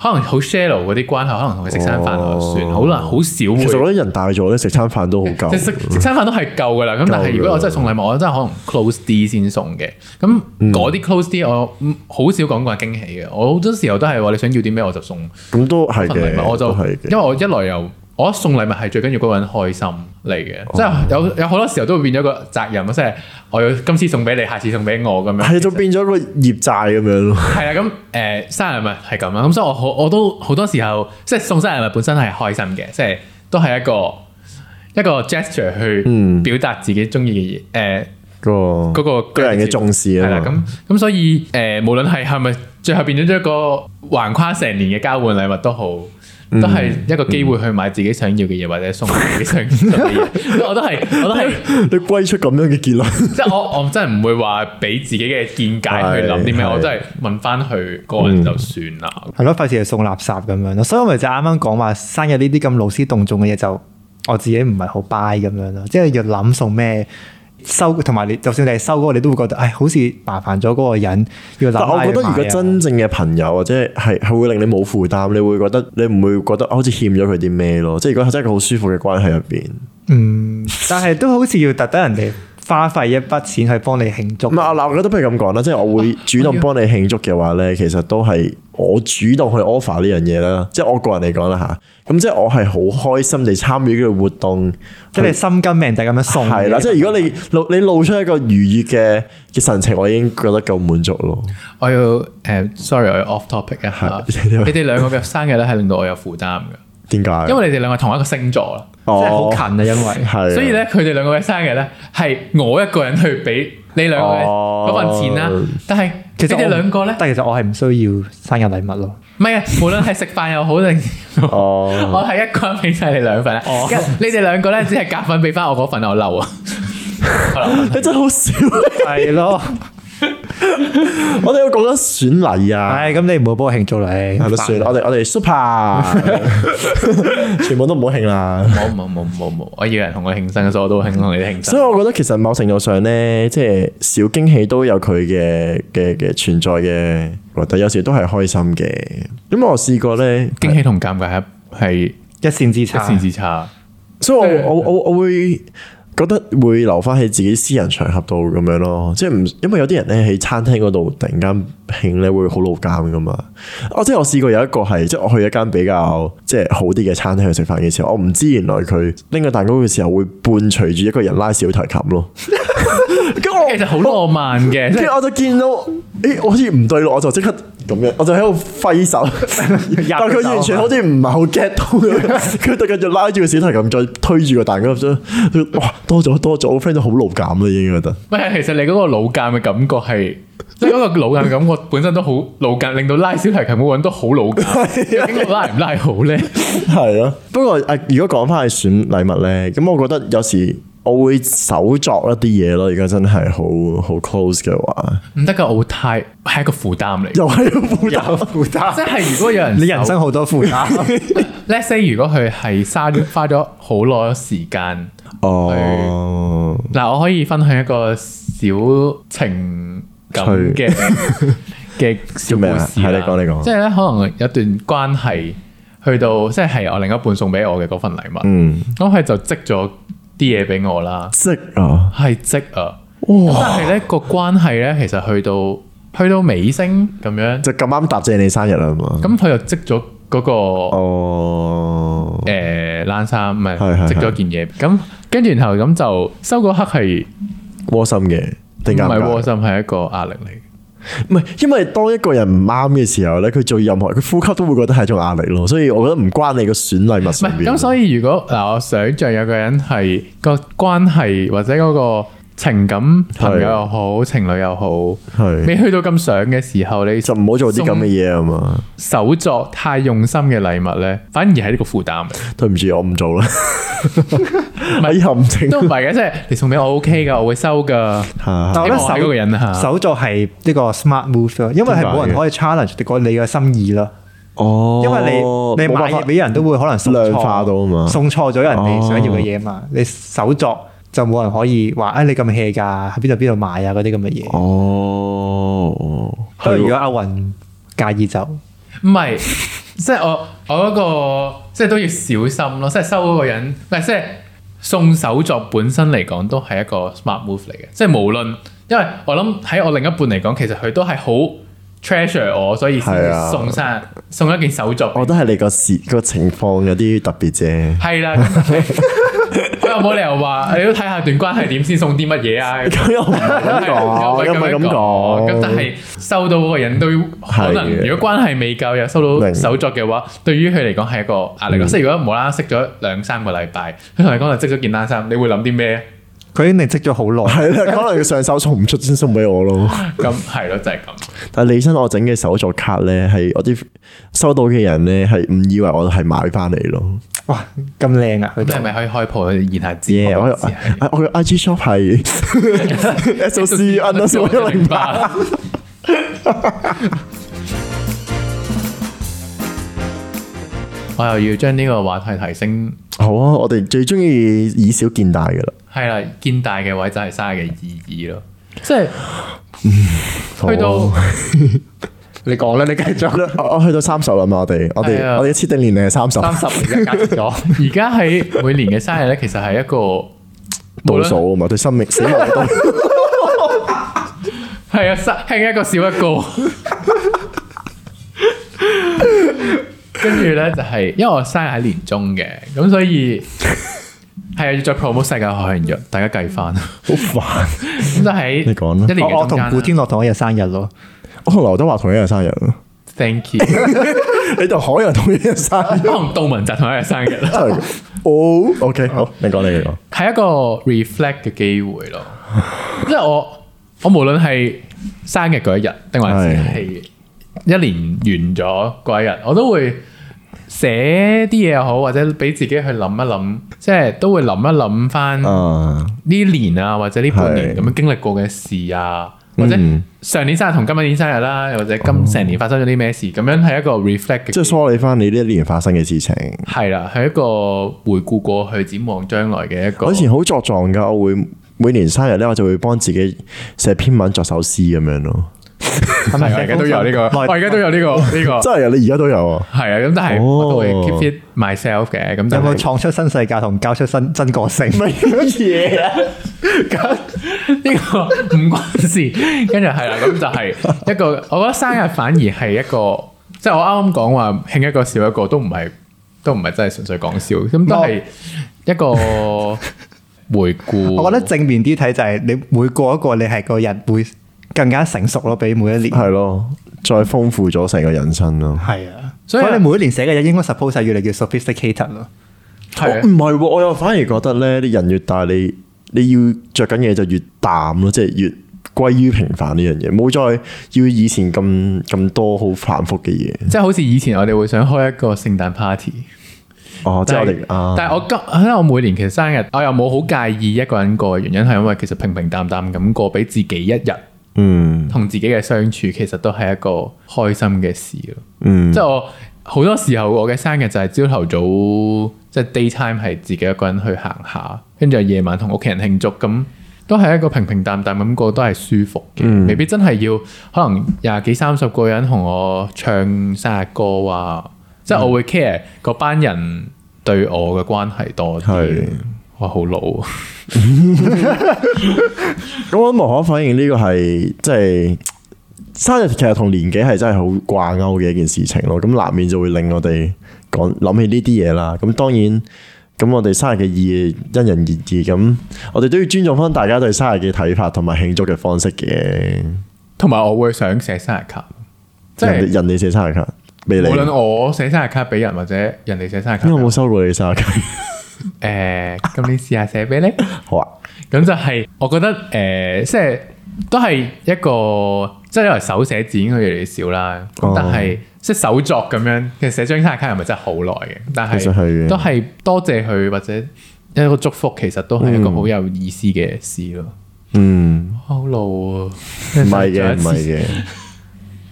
[SPEAKER 1] 可能好 shallow 嗰啲關係，可能同佢食餐飯
[SPEAKER 3] 哦
[SPEAKER 1] 就算，好難好少
[SPEAKER 3] 其實我
[SPEAKER 1] 會。
[SPEAKER 3] 覺得人大咗咧，食餐飯都好 夠
[SPEAKER 1] 即係。食食餐飯都係夠㗎啦，咁但係如果我真係送禮物，我真係可能 close 啲先送嘅。咁
[SPEAKER 3] 嗯
[SPEAKER 1] 嗰啲 close 啲，我嗯好少講過係驚喜嘅。我好多時候都係話你想要啲咩我就送。
[SPEAKER 3] 咁都係
[SPEAKER 1] 份禮
[SPEAKER 3] 嘅，
[SPEAKER 1] 物，我就
[SPEAKER 3] 都係
[SPEAKER 1] 因為
[SPEAKER 3] 嘅。
[SPEAKER 1] 我一來又我一送禮物係最緊要嗰個人開心嚟嘅，即係有有好多時候都會變咗個責任，即係我要今次送俾你，下次送俾我咁樣。
[SPEAKER 3] 係就變咗個業債咁樣咯。
[SPEAKER 1] 係啦，咁誒生日禮物係咁啦，咁所以我好我都好多時候即係送生日禮物本身係開心嘅，即係都係一個一個 gesture 去
[SPEAKER 3] 嗯
[SPEAKER 1] 表達自己中意嘅嘢誒。
[SPEAKER 3] 個
[SPEAKER 1] 嗰個
[SPEAKER 3] 對人嘅重視
[SPEAKER 1] 係啦
[SPEAKER 3] 啊，嘛。
[SPEAKER 1] 咁咁所以誒、呃，無論係係咪最後變咗一個橫跨成年嘅交換禮物都好，
[SPEAKER 3] 嗯
[SPEAKER 1] 都係一個機會去買自己想要嘅嘢，或者送自己想要嘅嘢。 我都係，我都係，
[SPEAKER 3] 你歸出咁樣嘅結 論，
[SPEAKER 1] 即係我我真係唔會話俾自己嘅見解去諗啲咩，
[SPEAKER 3] 係
[SPEAKER 1] 我真係問翻佢個人就算啦。
[SPEAKER 2] 係咯，費事係送垃圾咁樣咯。所以我咪就啱啱講話生日呢啲咁勞師動眾嘅嘢，就我自己唔係好 buy 咁樣咯。即係要諗送咩收，同埋你就算你係收嗰個，你都會覺得，唉，好似麻煩咗嗰個人要諗
[SPEAKER 3] 但
[SPEAKER 2] 下要
[SPEAKER 3] 我覺得如果
[SPEAKER 2] 買啊
[SPEAKER 3] 真正嘅朋友或者係係會令你冇負擔，你會覺得你唔會覺得好似欠咗佢啲咩咯？即係如果係真係一個好舒服嘅關係入邊，
[SPEAKER 2] 嗯，但係都好似要特登人哋花費一筆錢去幫你慶祝
[SPEAKER 3] 唔。係嗱，我覺得不如咁講啦，即係我
[SPEAKER 1] 啊
[SPEAKER 3] 會主動幫你慶祝嘅話咧，其實都係我主動去 offer 呢樣嘢啦。即係我個人嚟講啦吓，咁即係我係好開心地參與呢個活動，
[SPEAKER 2] 即係你心甘命抵咁樣送，
[SPEAKER 3] 係啦。即係如果你露你露出一個愉悅嘅嘅神情，我已經覺得夠滿足咯。
[SPEAKER 1] 我要誒、呃 sorry，我要 off topic 一下。
[SPEAKER 3] 係
[SPEAKER 1] 你哋兩個嘅生日咧係令到我有負擔嘅，
[SPEAKER 3] 點解？
[SPEAKER 1] 因為你哋兩個同一個星座啦。
[SPEAKER 2] 即係好
[SPEAKER 3] 哦
[SPEAKER 2] 近啊，因為
[SPEAKER 3] 係，
[SPEAKER 1] 所以咧，佢哋兩個嘅生日咧，係我一個人去俾你兩個嘅
[SPEAKER 3] 哦
[SPEAKER 1] 嗰份錢啦。但係其實你哋
[SPEAKER 2] 我
[SPEAKER 1] 兩個咧，
[SPEAKER 2] 但係其實我係唔需要生日禮物咯。
[SPEAKER 1] 唔係啊，無論係食飯又好定，
[SPEAKER 3] 哦
[SPEAKER 1] 我係一個人俾晒你兩份啦。跟住你哋兩個咧，只係夾份俾翻我嗰份，我嬲啊！
[SPEAKER 3] 你真係 好少。
[SPEAKER 2] 係 咯，
[SPEAKER 3] 我哋要講緊選禮啊，
[SPEAKER 2] 唉，咁你唔好幫我慶祝你，
[SPEAKER 3] 係咯，算啦，我哋我 哋 super，全部都唔好慶啦。
[SPEAKER 1] 冇冇冇冇冇，我要有人同我慶生，所以我都慶同你哋慶
[SPEAKER 3] 所以
[SPEAKER 1] 生。
[SPEAKER 3] 我覺得其實某程度上咧，即係小驚喜都有佢嘅嘅嘅存在嘅，但有時都係開心嘅。咁我試過咧，
[SPEAKER 1] 驚喜同尷尬係一
[SPEAKER 2] 一線之差。
[SPEAKER 1] 線之差。
[SPEAKER 3] 所以我我我我會覺得會留翻喺自己私人場合度咁樣咯，即係唔因為有啲人咧喺餐廳嗰度突然間興咧會好老監噶嘛。我即係我試過有一個係即係我去一間比較即係好啲嘅餐廳去食飯嘅時候，我唔知原來佢拎個蛋糕嘅時候會伴隨住一個人拉小提琴咯。
[SPEAKER 1] 其實好浪漫嘅，即
[SPEAKER 3] 跟住
[SPEAKER 1] 係
[SPEAKER 3] 我就見到誒我好似唔對路，我就即刻咁樣，我就喺度揮 手，但係佢完全好似唔係好 get 到咁樣， 佢突然就拉住個小提琴，再推住個蛋糕，佢哇多咗多咗，我 friend 都好勞感啦已經覺得。
[SPEAKER 1] 唔係，其實你嗰個老間嘅感覺係， 即係嗰個老間嘅感覺本身都好老間，令到拉小提琴嗰個人都好老間。究 竟我拉唔拉好咧？
[SPEAKER 3] 係啊咯，不過誒，如果講翻去選禮物咧，咁我覺得有時我會手作一啲嘢咯。如果真係好好 close 嘅話，
[SPEAKER 1] 唔得噶，我會太係一個負擔嚟。
[SPEAKER 3] 又係負擔。
[SPEAKER 2] 負
[SPEAKER 1] 即
[SPEAKER 2] 擔，
[SPEAKER 1] 係如果有人
[SPEAKER 2] 你人生好多負擔，
[SPEAKER 1] Let's say 如果佢係花 咗花咗好耐時間，
[SPEAKER 3] 哦，
[SPEAKER 1] 嗱我可以分享一個小情感嘅 嘅小
[SPEAKER 3] 咩
[SPEAKER 1] 故
[SPEAKER 3] 啊
[SPEAKER 1] 事
[SPEAKER 3] 係你
[SPEAKER 1] 啦。
[SPEAKER 3] 講你講
[SPEAKER 1] 即係咧，可能有段關係去到即係係我另一半送俾我嘅嗰份禮物，
[SPEAKER 3] 嗯，
[SPEAKER 1] 咁佢就積咗啲嘢俾我啦，
[SPEAKER 3] 即啊，
[SPEAKER 1] 係積啊。咁
[SPEAKER 3] 哇，
[SPEAKER 1] 但係咧個關係咧，其實去到去到尾聲咁樣，
[SPEAKER 3] 就咁啱搭正你生日啦嘛。
[SPEAKER 1] 咁佢又積咗嗰個。
[SPEAKER 3] 哦，
[SPEAKER 1] 誒冷衫，唔係
[SPEAKER 3] 係係
[SPEAKER 1] 積咗件嘢，咁跟住然後咁就收嗰刻係
[SPEAKER 3] 窩心嘅，
[SPEAKER 1] 唔
[SPEAKER 3] 定係
[SPEAKER 1] 係窩心，係一個壓力嚟。
[SPEAKER 3] 唔係，因為當一個人唔啱嘅時候咧，佢做任何佢呼吸都會覺得係一種壓力咯，所以我覺得唔關你個選禮物
[SPEAKER 1] 唔
[SPEAKER 3] 上
[SPEAKER 1] 係
[SPEAKER 3] 邊。
[SPEAKER 1] 咁，所以如果嗱，我想像有個人係個關係或者嗰個情感朋友又好，情侶又好，
[SPEAKER 3] 係
[SPEAKER 1] 未去到咁想嘅時候，你
[SPEAKER 3] 就唔好做啲咁嘅嘢啊嘛。
[SPEAKER 1] 手作太用心嘅禮物咧，反而係呢個負 擔嚟。
[SPEAKER 3] 對唔住，我唔做啦。喺陷 阱
[SPEAKER 1] 都唔係嘅，即係你送俾我 OK 噶，我會收噶。
[SPEAKER 3] 下
[SPEAKER 2] 但
[SPEAKER 1] 希
[SPEAKER 2] 我覺
[SPEAKER 1] 望
[SPEAKER 2] 得
[SPEAKER 1] 我係嗰個人啊嚇。
[SPEAKER 2] 手作係呢個 smart move 咯，因為係冇人可以 challenge 過你嘅心意咯。
[SPEAKER 3] 哦，
[SPEAKER 2] 因為你你
[SPEAKER 3] 冇
[SPEAKER 2] 買
[SPEAKER 3] 辦法
[SPEAKER 2] 嘢俾人都會可能送錯
[SPEAKER 3] 量化到啊嘛
[SPEAKER 2] 送錯咗人哋想要嘅
[SPEAKER 3] 哦
[SPEAKER 2] 嘢嘛，你手作就冇人可以話啊你咁 hea 㗎，喺邊度邊度買啊嗰啲咁嘅嘢。
[SPEAKER 3] 哦，
[SPEAKER 2] 不過
[SPEAKER 3] 係
[SPEAKER 2] 如
[SPEAKER 3] 喎
[SPEAKER 2] 果阿雲介意就
[SPEAKER 1] 唔係，即係我我嗰、個即係都要小心咯，即係收嗰個人，唔係即係送手作本身嚟講都係一個 smart move 嚟嘅，即係無論因為我諗喺我另一半嚟講，其實佢都係好 treasure 我，所以先
[SPEAKER 3] 係啊
[SPEAKER 1] 送生、送一件手作俾
[SPEAKER 3] 我
[SPEAKER 1] 我。
[SPEAKER 3] 覺得係你個事個情況有啲特別啫。
[SPEAKER 1] 係啦，咁 佢又冇理由話你都睇下段關係點先送啲乜嘢啊？
[SPEAKER 3] 咁又唔係咁講，
[SPEAKER 1] 又
[SPEAKER 3] 又
[SPEAKER 1] 唔
[SPEAKER 3] 唔
[SPEAKER 1] 係
[SPEAKER 3] 係
[SPEAKER 1] 咁
[SPEAKER 3] 咁
[SPEAKER 1] 講
[SPEAKER 3] 講。
[SPEAKER 1] 咁但係收到嗰個人都可能，
[SPEAKER 3] 係嘅
[SPEAKER 1] 如果關係未夠又收到
[SPEAKER 3] 明嗯
[SPEAKER 1] 手作嘅話，對於佢嚟講係一個壓力咯。即係如果無啦啦識咗兩三個禮拜，佢同你講就織咗件冷衫，你會諗啲咩？
[SPEAKER 2] 佢已經積咗好耐，
[SPEAKER 3] 係啦，可能佢上手送唔出先送俾我 咯。
[SPEAKER 1] 咁係咯，就係咁。
[SPEAKER 3] 但係李生我整嘅手作卡咧，係我啲收到嘅人咧係唔以為我係買翻嚟咯。
[SPEAKER 2] 哇咁靚啊！佢
[SPEAKER 1] 咁係
[SPEAKER 2] 都
[SPEAKER 1] 咪可以開鋪去言下之意？
[SPEAKER 3] 耶！我 啊我嘅 IG shop 係 S O C N 所 一零八。
[SPEAKER 1] 八。我又要將呢個話題提升，
[SPEAKER 3] 好啊！我哋最中意以小見大噶啦。
[SPEAKER 1] 係啦，見大嘅位就係生日嘅意義咯，即係去
[SPEAKER 3] 好啊
[SPEAKER 1] 到。
[SPEAKER 2] 你講啦，你繼續
[SPEAKER 3] 我我去到三十啦嘛，我哋我哋
[SPEAKER 1] 係啊
[SPEAKER 3] 我哋嘅設定年齡係三十
[SPEAKER 2] 三 十年隔咗，
[SPEAKER 1] 而家喺每年嘅生日咧，其實係一個
[SPEAKER 3] 倒數啊嘛，對生命死亡嘅倒數。
[SPEAKER 1] 係啊，生輕一個少一個。跟住咧就係、因為我生日喺年中嘅，咁所以係啊要再 promote 世界海洋日，大家計翻。
[SPEAKER 3] 好煩。
[SPEAKER 1] 咁就喺
[SPEAKER 3] 你講啦
[SPEAKER 1] 一年
[SPEAKER 2] 我我
[SPEAKER 1] 嘅中
[SPEAKER 2] 同
[SPEAKER 1] 間
[SPEAKER 2] 古
[SPEAKER 1] 啦
[SPEAKER 2] 天樂同一日生日咯，
[SPEAKER 3] 我同劉德華同一日生日，
[SPEAKER 1] Thank you，
[SPEAKER 3] 你同海洋同一日生 日。
[SPEAKER 1] 我同杜汶澤同一日生日啦，
[SPEAKER 3] 哦，OK，好，你講你講。
[SPEAKER 1] 係一個 reflect 嘅機會咯。 即係我我無論係生日嗰一日，定還是係一年完咗嗰一日，我都會寫啲嘢又好，或者俾自己去諗一諗，即係都會諗一諗翻
[SPEAKER 3] 啊，
[SPEAKER 1] 呢年啊，或者呢半年
[SPEAKER 3] 係
[SPEAKER 1] 咁樣經歷過嘅事啊，或者
[SPEAKER 3] 嗯哦
[SPEAKER 1] 上年生日同今年生日啦，又或者今成年發生咗啲咩事，咁樣係一個 reflect 嘅
[SPEAKER 3] 即係
[SPEAKER 1] 機會。
[SPEAKER 3] 梳理翻你呢一年發生嘅事情。
[SPEAKER 1] 係啦，係一個回顧過去、展望將來嘅一個。
[SPEAKER 3] 我以前好作狀噶，我會每年生日咧，我就會幫自己寫篇文作首詩咁樣咯。
[SPEAKER 1] 係
[SPEAKER 2] 咪
[SPEAKER 1] 我而家都有呢個，
[SPEAKER 2] 內
[SPEAKER 1] 我而家都有呢個 呢個。
[SPEAKER 3] 真係啊，你而家都有啊？
[SPEAKER 1] 係啊，咁但係
[SPEAKER 3] 哦
[SPEAKER 1] 我都會 keep fit myself 嘅，咁
[SPEAKER 2] 有
[SPEAKER 1] 但
[SPEAKER 2] 冇
[SPEAKER 1] 係
[SPEAKER 2] 創出新世界同交出新真個性？
[SPEAKER 3] 乜嘢啊？
[SPEAKER 1] 呢個唔關事。跟住係啦，咁就係一個，我覺得生日反而係一個，即係我啱啱講話興一個少一個，都唔係都唔係真係純粹講笑，咁都係一個回顧。
[SPEAKER 2] 我覺得正面啲睇就係你每過一個你係個人會更加成熟咯，比每一年
[SPEAKER 3] 係咯，再豐富咗成個人生咯。
[SPEAKER 2] 係啊，
[SPEAKER 1] 所
[SPEAKER 2] 所
[SPEAKER 1] 以
[SPEAKER 2] 以你每一年寫嘅嘢應該 suppose 係越嚟越 sophisticated 咯。
[SPEAKER 1] 係
[SPEAKER 3] 我唔係喎，啊我又反而覺得咧，你人越大，你你要着緊嘢就越淡咯，即係越歸於平凡呢樣嘢，冇再要以前咁咁多好繁複嘅嘢。
[SPEAKER 1] 即係好似以前我哋會想開一個聖誕 party。
[SPEAKER 3] 哦，即係我哋啊，
[SPEAKER 1] 但係我今，因為我每年其實生日，我又冇好介意一個人過嘅原因係因為其實平平淡淡咁過，俾自己一日
[SPEAKER 3] 嗯
[SPEAKER 1] 同自己嘅相處，其實都係一個開心嘅事咯。
[SPEAKER 3] 嗯，
[SPEAKER 1] 即係我好多時候我嘅生日就係朝頭早，即係 daytime 係自己一個人去行下，跟住夜晚同屋企人慶祝，咁都係一個平平淡淡咁過，都係舒服嘅，
[SPEAKER 3] 嗯
[SPEAKER 1] 未必真係要可能廿幾三十個人同我唱生日歌啊，即
[SPEAKER 3] 嗯
[SPEAKER 1] 係我會 care 嗰班人對我嘅關係多啲
[SPEAKER 3] 係。
[SPEAKER 1] 哇，好老啊，
[SPEAKER 3] 咁我諗無可否認呢個係即係生日，其實同年紀係真係好掛鈎嘅一件事情咯。咁難免就會令我哋講諗起呢啲嘢啦。咁當然，咁我哋生日嘅意義因人而異。咁我哋都要尊重翻大家對生日嘅睇法同埋慶祝嘅方式嘅。
[SPEAKER 1] 同埋我會想寫生日卡，即
[SPEAKER 3] 人哋
[SPEAKER 1] 係
[SPEAKER 3] 人哋寫生日卡俾你，
[SPEAKER 1] 無論
[SPEAKER 3] 咁
[SPEAKER 1] 我寫生日卡俾人或者人哋寫生日卡俾
[SPEAKER 3] 我
[SPEAKER 1] 我，
[SPEAKER 3] 冇收過你生日卡。
[SPEAKER 1] 誒，咁你試下寫俾你。
[SPEAKER 3] 好啊，
[SPEAKER 1] 咁就係、我覺得誒、呃即係都係一個，即係因為手寫字已經越嚟越少啦。咁
[SPEAKER 3] 哦
[SPEAKER 1] 但係即係手作咁樣，其實寫張生日卡又咪真係好耐嘅。但
[SPEAKER 3] 其實係
[SPEAKER 1] 係
[SPEAKER 3] 嘅
[SPEAKER 1] 都係多謝佢或者一個祝福，其實都係一個好有意思嘅事咯。
[SPEAKER 3] 嗯，
[SPEAKER 1] 好老啊！
[SPEAKER 3] 唔
[SPEAKER 1] 唔
[SPEAKER 3] 係嘅，唔係 嘅，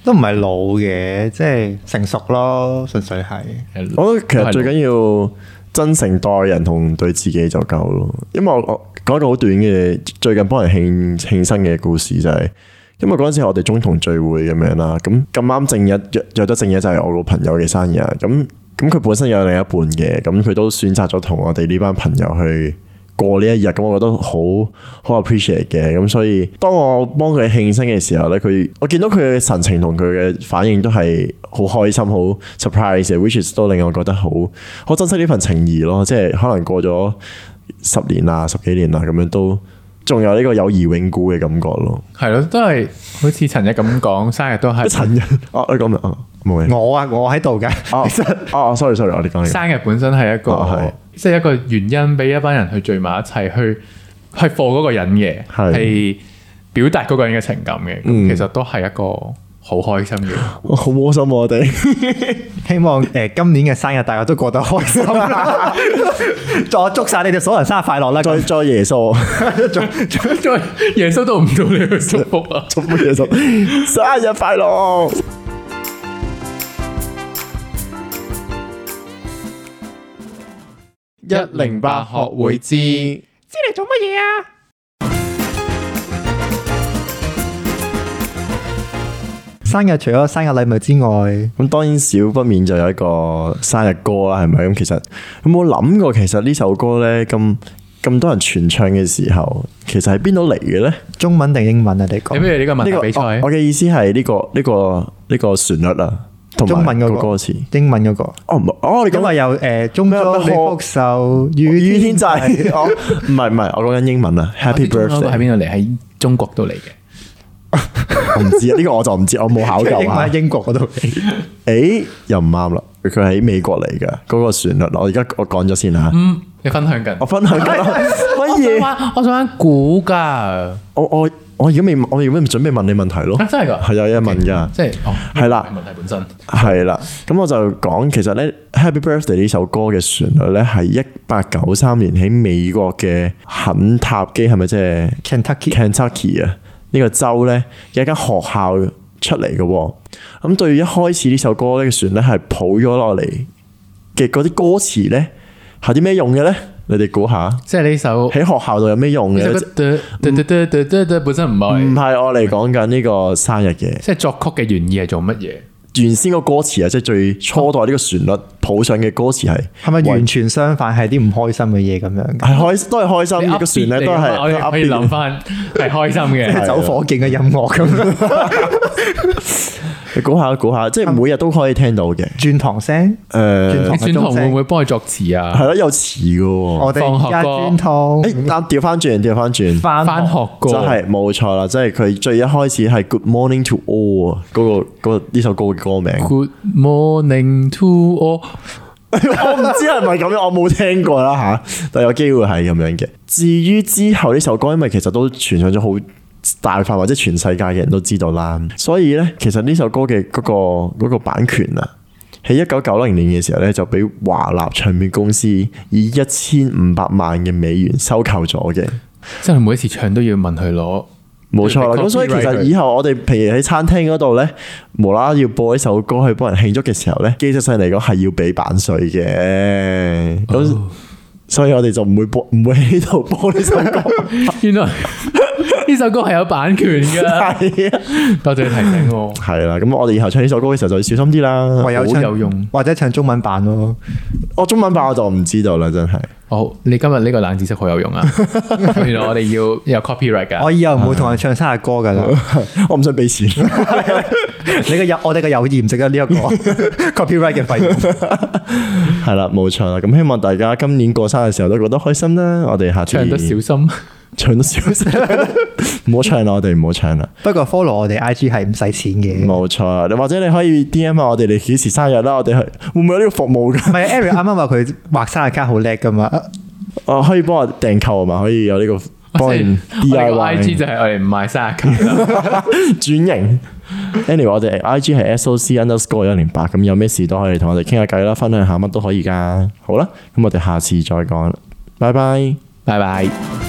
[SPEAKER 2] 都唔係老嘅，即係成熟咯，純粹係。
[SPEAKER 1] 嘅
[SPEAKER 3] 我覺得其實最緊要真誠待人同對自己就夠咯。因為我我講一個好短嘅，最近幫人慶慶生嘅故事就係、因為嗰陣時我哋中同聚會咁樣啦，咁咁啱正日約約咗正日就係我個朋友嘅生日，咁咁佢本身有另一半嘅，咁佢都選擇咗同我哋呢班朋友去過呢一日，咁我覺得好好 appreciate 嘅，咁所以當我幫佢慶生嘅時候咧，佢我見到佢嘅神情同佢嘅反應都係好開心、好 surprise 嘅，which is 都令我覺得好好珍惜呢份情誼咯，即係可能過咗十年啦、十幾年啊啦，咁樣都仲有呢個友誼永固嘅感覺咯。
[SPEAKER 1] 係咯，都係好似陳日咁講，生日都係
[SPEAKER 3] 陳人哦，你講明哦，冇嘢。
[SPEAKER 2] 我啊，我喺度㗎。
[SPEAKER 3] 哦，哦，sorry sorry，我哋講嘢。
[SPEAKER 1] 生日本身係一個，
[SPEAKER 3] 哦
[SPEAKER 1] 即係一個原因俾一班人去聚埋一齊，去去貨嗰個人嘅，
[SPEAKER 3] 係
[SPEAKER 1] 係表達嗰個人嘅情感嘅。咁、
[SPEAKER 3] 嗯
[SPEAKER 1] 其實都係一個好開心嘅。
[SPEAKER 3] 我好窩心喎啊我哋，
[SPEAKER 2] 希望誒、呃今年嘅生日大家都過得開心 啦！再祝晒你哋所有人生日快樂啦！
[SPEAKER 3] 再再耶穌，
[SPEAKER 1] 因為耶穌都唔到你去祝福 啊！
[SPEAKER 3] 祝福耶穌，生日快樂！一
[SPEAKER 1] 108學會知
[SPEAKER 3] 知你做乜嘢啊？
[SPEAKER 2] 生日除咗生日禮物之外，
[SPEAKER 3] 咁當然少不免就有一個生日歌啦，係咪？咁其實有冇諗過，其實呢首歌咧咁咁多人傳唱嘅時候，其實係邊度嚟嘅咧？
[SPEAKER 2] 中文定英文啊？你
[SPEAKER 1] 你不
[SPEAKER 2] 講
[SPEAKER 1] 如呢個
[SPEAKER 3] 呢
[SPEAKER 1] 問
[SPEAKER 3] 個哦
[SPEAKER 1] 答比賽，
[SPEAKER 3] 我我嘅意思係呢個呢個呢個旋律啊，同
[SPEAKER 2] 中文
[SPEAKER 3] 埋
[SPEAKER 2] 嗰
[SPEAKER 3] 個
[SPEAKER 2] 個
[SPEAKER 3] 歌詞。
[SPEAKER 2] 英文嗰、個，
[SPEAKER 3] 哦唔係，哦你
[SPEAKER 2] 因
[SPEAKER 3] 講
[SPEAKER 2] 為有誒、呃中
[SPEAKER 3] 咩
[SPEAKER 2] 州
[SPEAKER 3] 咩
[SPEAKER 2] 李福壽與
[SPEAKER 3] 雨天際，哦唔係唔係，我講緊英文啊，Happy
[SPEAKER 1] 嗰個喺
[SPEAKER 3] Birthday。
[SPEAKER 1] 邊度嚟？喺中國度嚟嘅。
[SPEAKER 3] 我唔知啊，呢個我就唔知，我冇 考究
[SPEAKER 2] 英
[SPEAKER 3] 啊
[SPEAKER 2] 文。英國嗰度嚟，
[SPEAKER 3] 誒又唔啱啦，佢喺美國嚟嘅嗰個旋律，我而家我講咗先啦。
[SPEAKER 1] 嗯，你分享緊
[SPEAKER 3] 我。分享 緊啦乜
[SPEAKER 1] 我想
[SPEAKER 3] 嘢？
[SPEAKER 1] 玩，我想玩估㗎。啊，
[SPEAKER 3] 我我我而家未，我而家唔準備問你問題咯。
[SPEAKER 1] 真係㗎？
[SPEAKER 3] 係啊有一問㗎。啊
[SPEAKER 1] 即係哦，
[SPEAKER 3] 係啦
[SPEAKER 1] 問題本身。
[SPEAKER 3] 係啦，咁我就講其實咧《Happy Birthday》呢首歌嘅旋律咧係一八九三年喺美國嘅肯塔基係咪即係
[SPEAKER 2] Kentucky
[SPEAKER 3] Kentucky 啊呢個州咧有一間學校出嚟嘅喎，咁對於一開始呢首歌咧嘅旋律係譜咗落嚟嘅嗰啲歌詞咧係啲咩用嘅咧？你哋估下
[SPEAKER 1] 即係呢首
[SPEAKER 3] 喺學校度有咩用
[SPEAKER 1] 呢
[SPEAKER 3] 嘅
[SPEAKER 1] 首
[SPEAKER 3] 呢？
[SPEAKER 1] 歌嘟嘟嘟嘟嘟嘟嘟本身唔係
[SPEAKER 3] 唔。係我嚟講緊呢個生日嘅。
[SPEAKER 1] 即係作曲嘅原意係做乜嘢？
[SPEAKER 3] 原先個歌詞啊，即係最初代呢個旋律抱上嘅歌詞係
[SPEAKER 2] 係咪完全相反係啲唔開心嘅嘢咁樣㗎？
[SPEAKER 3] 係開都係開心
[SPEAKER 1] 你
[SPEAKER 3] 嘅個旋
[SPEAKER 1] upbeat 嚟
[SPEAKER 3] 律都
[SPEAKER 1] 㗎嘛我
[SPEAKER 3] 係
[SPEAKER 1] 哋可以
[SPEAKER 3] upbeat
[SPEAKER 1] 諗翻係開心
[SPEAKER 2] 即係
[SPEAKER 1] 嘅，
[SPEAKER 2] 走火警嘅音樂咁 樣，
[SPEAKER 3] 你估下估下，即係每日都可以聽到嘅。
[SPEAKER 2] 轉堂聲。轉堂
[SPEAKER 3] 誒
[SPEAKER 1] 呃你轉堂會唔會幫佢作詞啊？
[SPEAKER 3] 係咯，有詞嘅喎。
[SPEAKER 2] 我哋而家轉堂
[SPEAKER 3] 誒，啱調翻轉，調翻轉。
[SPEAKER 2] 翻
[SPEAKER 1] 翻哎學
[SPEAKER 3] 就
[SPEAKER 1] 歌
[SPEAKER 3] 係冇錯啦，即係佢最一開始係 Good Morning to All 啊，嗰個嗰個呢首歌嘅歌名。
[SPEAKER 1] Good morning to all。
[SPEAKER 3] 我唔知係咪咁樣，我冇聽過啦吓，但有機會係咁樣嘅。至於之後呢首歌，因為其實都傳唱咗好大範圍，即係全世界嘅人都知道啦。所以呢，其實呢首歌嘅嗰、個嗰個版權啊，喺一九九零年嘅時候呢，就俾華納唱片公司以一千五百萬嘅美元收購咗嘅。
[SPEAKER 1] 即係每一次唱都要問佢 攞。
[SPEAKER 3] 冇錯啦，咁所以其
[SPEAKER 1] Copyright
[SPEAKER 3] 實
[SPEAKER 1] 佢
[SPEAKER 3] 以後我哋譬如喺餐廳嗰度呢，無啦啦要播一首歌去幫人慶祝嘅時候呢，技術上嚟講係要俾版税嘅，咁、所以我哋就唔會播，唔會喺度播呢首歌，
[SPEAKER 1] 原來呢首歌係有版權㗎。
[SPEAKER 3] 係啊，
[SPEAKER 1] 多謝你提醒我。
[SPEAKER 3] 係啦，咁我哋以後唱呢首歌嘅時候就要小心啲啦。
[SPEAKER 2] 唯有
[SPEAKER 1] 好
[SPEAKER 2] 唱
[SPEAKER 1] 有用
[SPEAKER 2] 或者唱中文版咯。
[SPEAKER 3] 我中文版我就唔知道啦，真係。
[SPEAKER 1] 好，你今日呢個冷知識好有用啊！原來我哋要有 copyright 㗎。
[SPEAKER 2] 我以後唔會同人唱生日歌噶啦。
[SPEAKER 3] 我唔想俾錢，
[SPEAKER 1] 啊
[SPEAKER 2] 你嘅友，我哋嘅友誼唔值啊得呢一個 copyright 嘅費用。
[SPEAKER 3] 係啦，冇錯啦。咁希望大家今年過生日嘅時候都覺得開心啦。我哋下次
[SPEAKER 1] 唱得小心，
[SPEAKER 3] 唱得少， 唔好唱啦，我哋唔好唱啦。
[SPEAKER 2] 不過 follow 我哋 IG 係唔使錢嘅。
[SPEAKER 3] 冇錯，你或者你可以 D M 下我哋你幾時生日啦，我哋去會唔會有呢個服務
[SPEAKER 2] 唔
[SPEAKER 3] 噶？
[SPEAKER 2] 係 Eric 啱啱話佢畫生日卡好叻噶嘛？
[SPEAKER 3] 哦，可以幫我訂購係啊嘛？可以有呢個幫人
[SPEAKER 1] 即係
[SPEAKER 3] D I
[SPEAKER 1] 啊我哋個
[SPEAKER 3] Y
[SPEAKER 1] I G 就係我哋唔賣生日卡啦。
[SPEAKER 3] 轉型。Anyway，我哋 I G 係 S O C underscore 一零八，咁有咩事都可以同我哋傾下偈啦，分享下乜都可以噶。好啦，咁我哋下次再講啦，拜拜。
[SPEAKER 1] 拜拜。